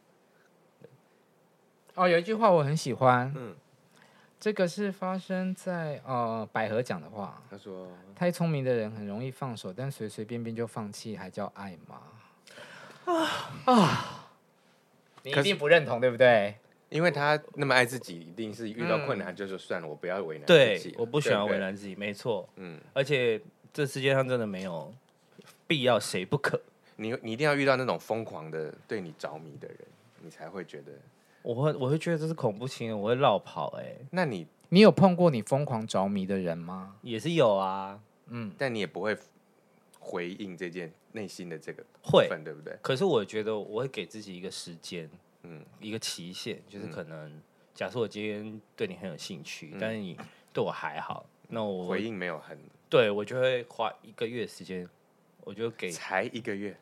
Speaker 3: 哦，有一句话我很喜欢，
Speaker 1: 嗯，
Speaker 3: 这个是发生在呃百合讲的话。
Speaker 1: 他说
Speaker 3: 太聪明的人很容易放手，但随随便便就放弃，还叫爱吗？啊你一
Speaker 1: 可是
Speaker 3: 定不认同对不对？
Speaker 1: 因为他那么爱自己，一定是遇到困难就说算了，我不要为难自己
Speaker 2: 对
Speaker 1: 了，
Speaker 2: 我不喜欢为。
Speaker 1: 对
Speaker 2: 难自己，没错。
Speaker 1: 不对嗯，
Speaker 2: 而且这世界上真的没有必要谁不可。
Speaker 1: 你你一定要遇到那种疯狂的对你着迷的人，你才会觉得。
Speaker 2: 我会我会觉得这是恐怖情人，我会绕跑哎、
Speaker 1: 那你
Speaker 3: 你有碰过你疯狂着迷的人吗？
Speaker 2: 也是有啊，
Speaker 3: 嗯，
Speaker 1: 但你也不会回应这件内心的这个
Speaker 2: 会
Speaker 1: 部分，对不对？
Speaker 2: 可是我觉得我会给自己一个时间，
Speaker 1: 嗯
Speaker 2: 一个期限，就是
Speaker 1: 嗯
Speaker 2: 可能假设我今天对你很有兴趣，
Speaker 1: 嗯
Speaker 2: 但是你对我还好，那我
Speaker 1: 回应没有很，
Speaker 2: 对我就会花一个月时间，我就给。
Speaker 1: 才一个月，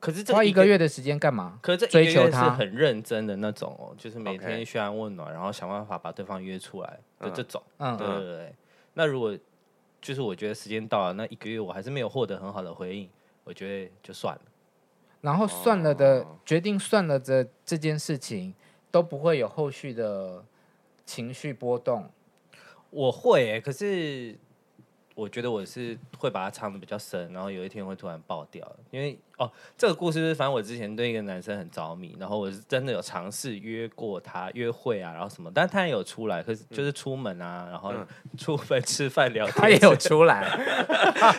Speaker 2: 可是这
Speaker 3: 花一个，月的时间干嘛？
Speaker 2: 可是这
Speaker 3: 追
Speaker 2: 一个
Speaker 3: 求
Speaker 2: 月是
Speaker 3: 他
Speaker 2: 很认真的那种哦，就是每
Speaker 1: OK
Speaker 2: 天嘘寒问暖，然后想办法把对方约出来的
Speaker 1: 嗯
Speaker 2: 这种。
Speaker 3: 嗯，
Speaker 2: 对对对对。那如果就是我觉得时间到了，那一个月我还是没有获得很好的回应，我觉得就算了。
Speaker 3: 然后算了的、
Speaker 1: 哦
Speaker 3: 决定算了的这件事情都不会有后续的情绪波动。
Speaker 2: 我会欸、可是我觉得我是会把它藏的比较深，然后有一天会突然爆掉。因为哦，这个故事是，反正我之前对一个男生很着迷，然后我是真的有尝试约过他约会啊，然后什么，但他也有出来，可是就是出门啊，然后
Speaker 1: 嗯
Speaker 2: 出门吃饭聊天，
Speaker 3: 他也有出来，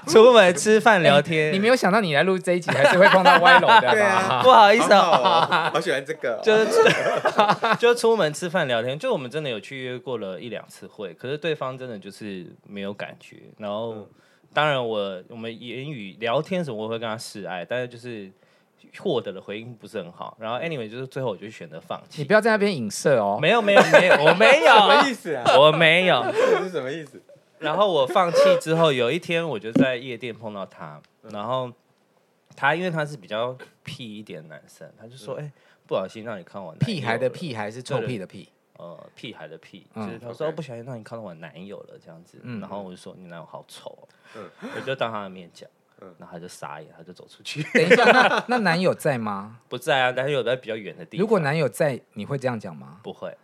Speaker 2: 出门吃饭聊天，
Speaker 3: 你没有想到你来录这一集还是会碰到 歪楼的吧？
Speaker 1: 对啊
Speaker 2: 不好意思啊、
Speaker 1: 好好喜欢这个哦，
Speaker 2: 就是出 就出门吃饭聊天，就我们真的有去约过了一两次会，可是对方真的就是没有感觉。然后，
Speaker 3: 嗯
Speaker 2: 当然我我们言语聊天什么我会跟他示爱，但是就是获得的回应不是很好。然后 anyway 就是最后我就选择放
Speaker 3: 你
Speaker 2: 弃
Speaker 3: 不。要在那边影射哦。
Speaker 2: 没有没有没有，我没
Speaker 1: 什么
Speaker 2: 有，
Speaker 1: 意思啊？
Speaker 2: 我没有。
Speaker 1: 这是什么意思？
Speaker 2: 然后我放弃之后，有一天我就在夜店碰到他，
Speaker 3: 嗯
Speaker 2: 然后他因为他是比较屁一点的男生，他就说：“哎、不小心让你看我男
Speaker 3: 嗯屁孩的
Speaker 2: 友了
Speaker 3: 屁还是臭屁的屁，
Speaker 2: 呃屁孩的屁，就
Speaker 3: 嗯
Speaker 2: 是他说、
Speaker 1: OK
Speaker 2: 哦不小心让你看到我男友了这样子，
Speaker 3: 嗯
Speaker 2: 然后我就说你男友好丑、哦，
Speaker 1: 嗯
Speaker 2: 我就当他的面讲，
Speaker 1: 嗯
Speaker 2: 然后他就傻眼，他就走出去，
Speaker 3: 等一下，那那男友在吗？
Speaker 2: 不在啊，男友在比较远的地方，
Speaker 3: 如果男友在，你会这样讲吗？
Speaker 2: 不会，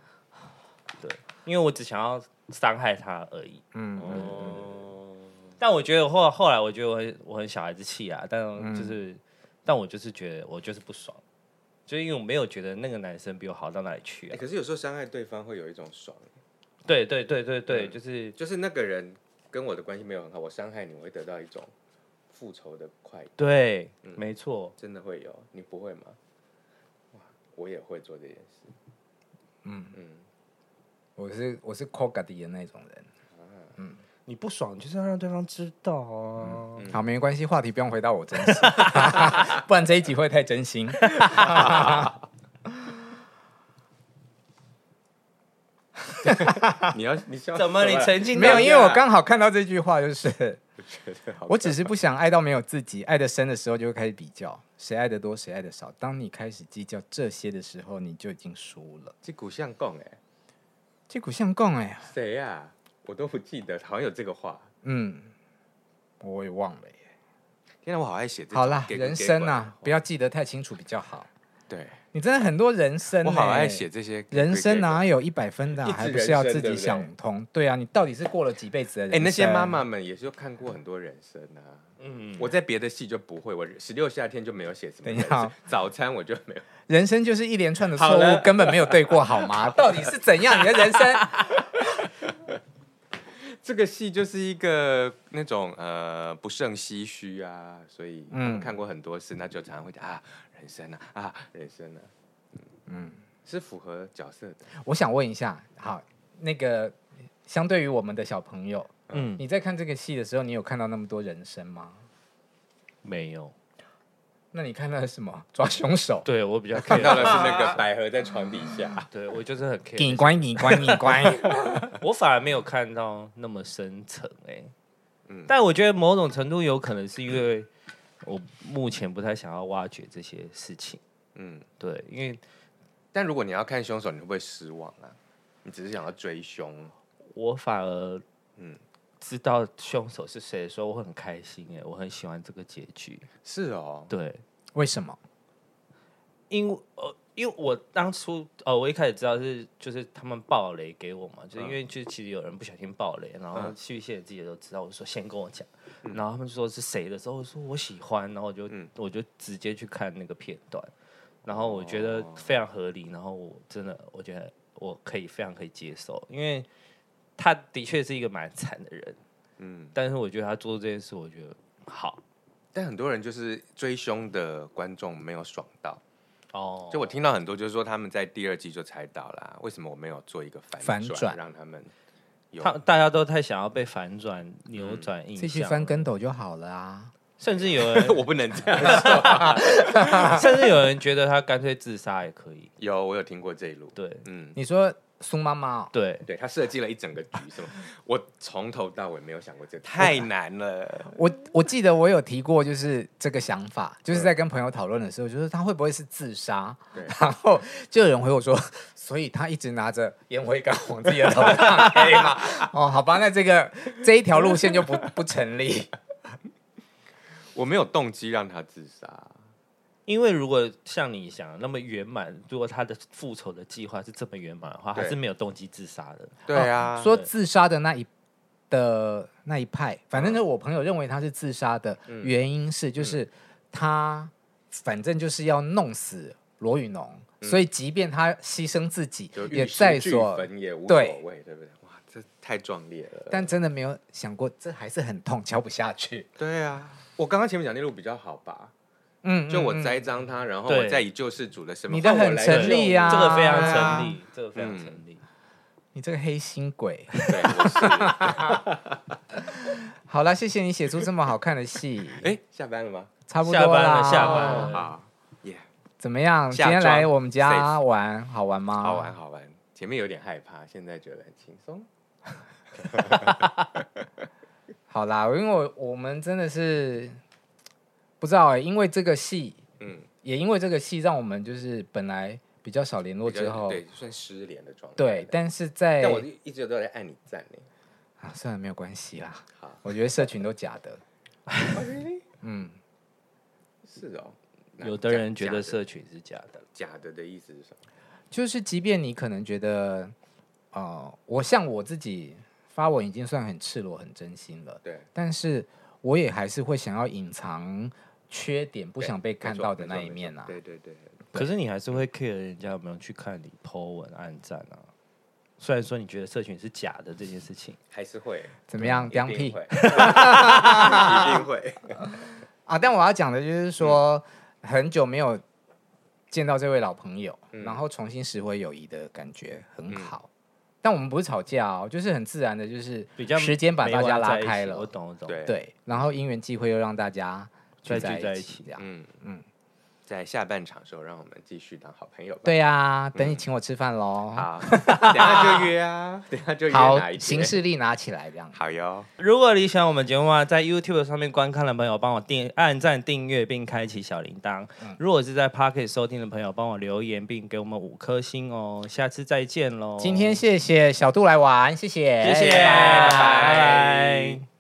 Speaker 2: 对，因为我只想要伤害他而已。
Speaker 3: 嗯，
Speaker 1: 哦，
Speaker 2: 但我觉得后后来我觉得我很我很小孩子气啊，但
Speaker 3: 嗯
Speaker 2: 就是、但我就是觉得我就是不爽，就因为我没有觉得那个男生比我好到哪里去
Speaker 1: 欸
Speaker 2: 啊，
Speaker 1: 可是有时候伤害对方会有一种爽，
Speaker 2: 对对对对对，
Speaker 1: 嗯
Speaker 2: 就是
Speaker 1: 就是那个人跟我的关系没有很好，我伤害你，我会得到一种复仇的快，
Speaker 2: 对，
Speaker 1: 嗯
Speaker 2: 没错。
Speaker 1: 真的会有，你不会吗？哇，我也会做这件事，
Speaker 3: 嗯
Speaker 1: 嗯，
Speaker 3: 我是我是 c o g a 的那种人。
Speaker 2: 你不爽就是要让对方知道啊。
Speaker 1: 嗯
Speaker 3: 好，没关系，话题不用回到我真心， 不然这一集会太 真心。
Speaker 1: 你要你笑
Speaker 2: 怎么你沉浸
Speaker 3: 没有，
Speaker 2: 到
Speaker 3: 因为我刚好看到这句话，就是我
Speaker 1: 我
Speaker 3: 只是不想爱到没有自己，爱的深的时候就会开始比较，谁爱的多，谁爱的少。当你开始计较这些的时候，你就已经输了。
Speaker 1: 这股相共哎，
Speaker 3: 这股相共哎、
Speaker 1: 谁呀？我都不记得，好像有这个话。
Speaker 3: 嗯，我也忘了耶。
Speaker 1: 天哪，我好爱写这种
Speaker 3: 好啦，
Speaker 1: 给
Speaker 3: 人生啊，不
Speaker 1: 要
Speaker 3: 要记得太清楚比较好。
Speaker 1: 对
Speaker 3: 你真的很多人生、欸，
Speaker 1: 我好爱写这些
Speaker 3: 人生
Speaker 1: 啊。
Speaker 3: 哪有一百分的啊、
Speaker 1: 一直
Speaker 3: 还不是要
Speaker 1: 人
Speaker 3: 自
Speaker 1: 生对不
Speaker 3: 己
Speaker 1: 对
Speaker 3: 想通？对啊，你到底是过了几辈子的
Speaker 1: 哎、
Speaker 3: 人生？
Speaker 1: 那些妈妈们也是看过很多人生啊。
Speaker 2: 嗯，
Speaker 1: 我在别的戏就不会，我十六夏天就没有写什么
Speaker 3: 等一
Speaker 1: 人生。
Speaker 3: 下哦
Speaker 1: 早餐我就没有。
Speaker 3: 人生就是一连串的错
Speaker 1: 好了
Speaker 3: 误，根本没有对过，好吗？ 到底是怎样你的人生？
Speaker 1: 这个戏就是一个那种呃不胜唏嘘啊，所以
Speaker 3: 嗯
Speaker 1: 看过很多次，那就常常会讲啊人生啊啊人生啊，
Speaker 3: 嗯，
Speaker 1: 是符合角色的。
Speaker 3: 我想问一下，好，那个相对于我们的小朋友，
Speaker 2: 嗯
Speaker 3: 你在看这个戏的时候，你有看到那么多人生吗？
Speaker 2: 没有，
Speaker 3: 那你看到了什么？抓凶手？
Speaker 2: 对我比 较 care，
Speaker 1: 看到的是那个百合在床底 下，
Speaker 2: 对我就是很 care，
Speaker 3: 你乖，你乖，你乖。
Speaker 2: 我反而没有看到那么深层哎、
Speaker 1: 嗯
Speaker 2: 但我觉得某种程度有可能是因为我目前不太想要挖掘这些事情，
Speaker 1: 嗯。
Speaker 2: 对，因为
Speaker 1: 但如果你要看凶手，你会不会失望啊？你只是想要追凶，
Speaker 2: 我反而嗯
Speaker 1: 嗯
Speaker 2: 知道凶手是谁的时候，我会很开心哎、我很喜欢这个结局，
Speaker 1: 是哦，
Speaker 2: 对，
Speaker 3: 为什么？
Speaker 2: 因为呃，因为我当初呃，我一开始知道是就是他们爆雷给我嘛，就是因为就其实有人不小心爆雷，然后
Speaker 1: 嗯
Speaker 2: 戏剧系的自己都知道，我就说先跟我讲，然后他们就说是谁的时候，我说我喜欢，然后我就、
Speaker 1: 嗯
Speaker 2: 我就直接去看那个片段，然后我觉
Speaker 1: 哦
Speaker 2: 得非常合理，然后我真的我觉得我可以非常可以接受，因为他的确是一个蛮惨的人，
Speaker 1: 嗯
Speaker 2: 但是我觉得他做这件事，我觉得好，
Speaker 1: 但很多人就是追凶的观众没有爽到，
Speaker 2: 哦
Speaker 1: 就我听到很多就是说他们在第二季就猜到啦，为什么我没有做一个
Speaker 3: 反
Speaker 1: 反
Speaker 3: 转
Speaker 1: 转让他们有嗯
Speaker 2: 他大家都太想要被反转、扭转印
Speaker 3: 自己
Speaker 2: 象
Speaker 3: 去
Speaker 2: 了，
Speaker 3: 翻跟斗就好了啊。
Speaker 2: 甚至有人，
Speaker 1: 我不能这样。
Speaker 2: 甚至有人觉得他干脆自杀也可以。
Speaker 1: 有，我有听过这一路，
Speaker 2: 对
Speaker 1: 嗯，
Speaker 3: 你说苏妈妈哦、
Speaker 2: 对，
Speaker 1: 对他设计了一整个局，是吗？我从头到尾没有想过这个，太难了。
Speaker 3: 我我记得我有提过，就是这个想法，就是在跟朋友讨论的时候，就是他会不会是自杀？
Speaker 1: 对
Speaker 3: 然后就有人回我说， 所以他一直拿着烟灰缸往自己的头上黑 嘛。哦，好吧，那这个这一条路线就不 不成立。
Speaker 1: 我没有动机让他自杀，
Speaker 2: 因为如果像你想那么圆满，如果他的复仇的计划是这么圆满的话，他
Speaker 1: 对
Speaker 2: 是没有动机自杀的。
Speaker 1: 对啊，
Speaker 3: 说自杀的那一的那一派，反正就我朋友认为他是自杀的
Speaker 1: 嗯
Speaker 3: 原因是，就是他反正就是要弄死罗宇农，
Speaker 1: 嗯
Speaker 3: 所以即便他牺牲自己
Speaker 1: 就，
Speaker 3: 也
Speaker 1: 玉石
Speaker 3: 在
Speaker 1: 俱
Speaker 3: 所
Speaker 1: 焚也无所
Speaker 3: 对
Speaker 1: 谓，对不对？哇，这太壮烈了。
Speaker 3: 但真的没有想过，这还是很痛，敲不下去。
Speaker 1: 对啊，我刚刚前面讲那路比较好吧？
Speaker 3: 嗯
Speaker 1: 就我
Speaker 3: 嗯嗯
Speaker 1: 栽赃他，然后
Speaker 2: 对
Speaker 1: 我再以救世主的身份，
Speaker 3: 你的
Speaker 1: 换我
Speaker 3: 很
Speaker 1: 来
Speaker 3: 成
Speaker 1: 救
Speaker 3: 立
Speaker 1: 你
Speaker 3: 啊
Speaker 2: 这个非常
Speaker 3: 对啊
Speaker 2: 成立，这个非常
Speaker 1: 嗯
Speaker 2: 成立。
Speaker 3: 你这个黑心鬼。
Speaker 1: 对，我是。
Speaker 3: 好了，谢谢你写出这么好看 的戏，
Speaker 1: 哎，下班了吗？哦
Speaker 3: 差不多
Speaker 2: 下班了
Speaker 3: 啦
Speaker 2: 下班了
Speaker 1: 好，
Speaker 3: 怎么样？今
Speaker 1: 下
Speaker 3: 天
Speaker 1: 妆
Speaker 3: 来我们家
Speaker 1: safe
Speaker 3: 玩好玩吗？
Speaker 1: 好玩，好玩。前面有点害怕，现在觉得很轻松。
Speaker 3: 好啦，因为我我们真的是不知道哎、因为这个戏，
Speaker 1: 嗯，
Speaker 3: 也因为这个戏，让我们就是本来比较少联络
Speaker 1: 比较
Speaker 3: 之后，
Speaker 1: 对，算失联的状态。
Speaker 3: 对，但是在
Speaker 1: 但我一直都在按你赞呢。
Speaker 3: 啊，算了，没有关系啦。
Speaker 1: 好
Speaker 3: 我觉得社群都假的，嗯，
Speaker 1: 哦是哦。那
Speaker 2: 有的
Speaker 1: 假
Speaker 2: 人觉
Speaker 1: 假
Speaker 2: 得
Speaker 1: 的
Speaker 2: 社群是假的，
Speaker 1: 假的的意思是什么？
Speaker 3: 就是即便你可能觉得，呃，我像我自己发文已经算很赤裸、很真心了，
Speaker 1: 对，
Speaker 3: 但是我也还是会想要隐藏缺点，不
Speaker 1: 对
Speaker 3: 想被看
Speaker 1: 没错
Speaker 3: 到的
Speaker 1: 没错
Speaker 3: 那一
Speaker 1: 没错
Speaker 3: 面啊。
Speaker 1: 对对对，
Speaker 2: 可是你还是会 care 人家有没有去看你 po 文、按赞啊。虽然说你觉得社群是假的这件事情，
Speaker 1: 还是会
Speaker 3: 怎么样？
Speaker 1: 一
Speaker 3: 两
Speaker 1: 定
Speaker 3: 屁
Speaker 1: 会，一定会。
Speaker 3: 啊！但我要讲的就是说，很久没有见到这位老朋友，
Speaker 1: 嗯
Speaker 3: 然后重新拾回友谊的感觉很好。但我们不是吵架哦，就是很自然的，就是
Speaker 2: 比较
Speaker 3: 时间把
Speaker 2: 没
Speaker 3: 大家
Speaker 2: 玩在
Speaker 3: 拉
Speaker 2: 一起
Speaker 3: 开了
Speaker 2: 我，懂，我懂。
Speaker 1: 对
Speaker 3: 对，然后因缘际会又让大家聚
Speaker 2: 再
Speaker 3: 在
Speaker 2: 聚在
Speaker 3: 一
Speaker 2: 一
Speaker 3: 起
Speaker 2: 起，
Speaker 3: 这样。
Speaker 1: 嗯
Speaker 3: 嗯
Speaker 1: 嗯，在下半场的时候，让我们继续当好朋友吧。，
Speaker 3: 对啊，等你请我吃饭喽。
Speaker 1: 嗯好， 等一下就约啊， 等一下就约
Speaker 3: 好
Speaker 1: 哪一，
Speaker 3: 行
Speaker 1: 天？
Speaker 3: 事力拿起来这样。
Speaker 1: 好哟，
Speaker 2: 如果你喜欢我们节目啊，在 YouTube 上面观看的朋友，帮我订按赞、订阅并开启小铃铛。
Speaker 3: 嗯
Speaker 2: 如果是在 Pocket 收听的朋友，帮我留言并给我们五颗星哦。下次再
Speaker 1: 哦
Speaker 2: 见喽！
Speaker 3: 今天谢谢小杜来玩，谢
Speaker 2: 谢
Speaker 3: 谢，
Speaker 2: 谢，拜
Speaker 3: 拜
Speaker 1: 拜
Speaker 2: 拜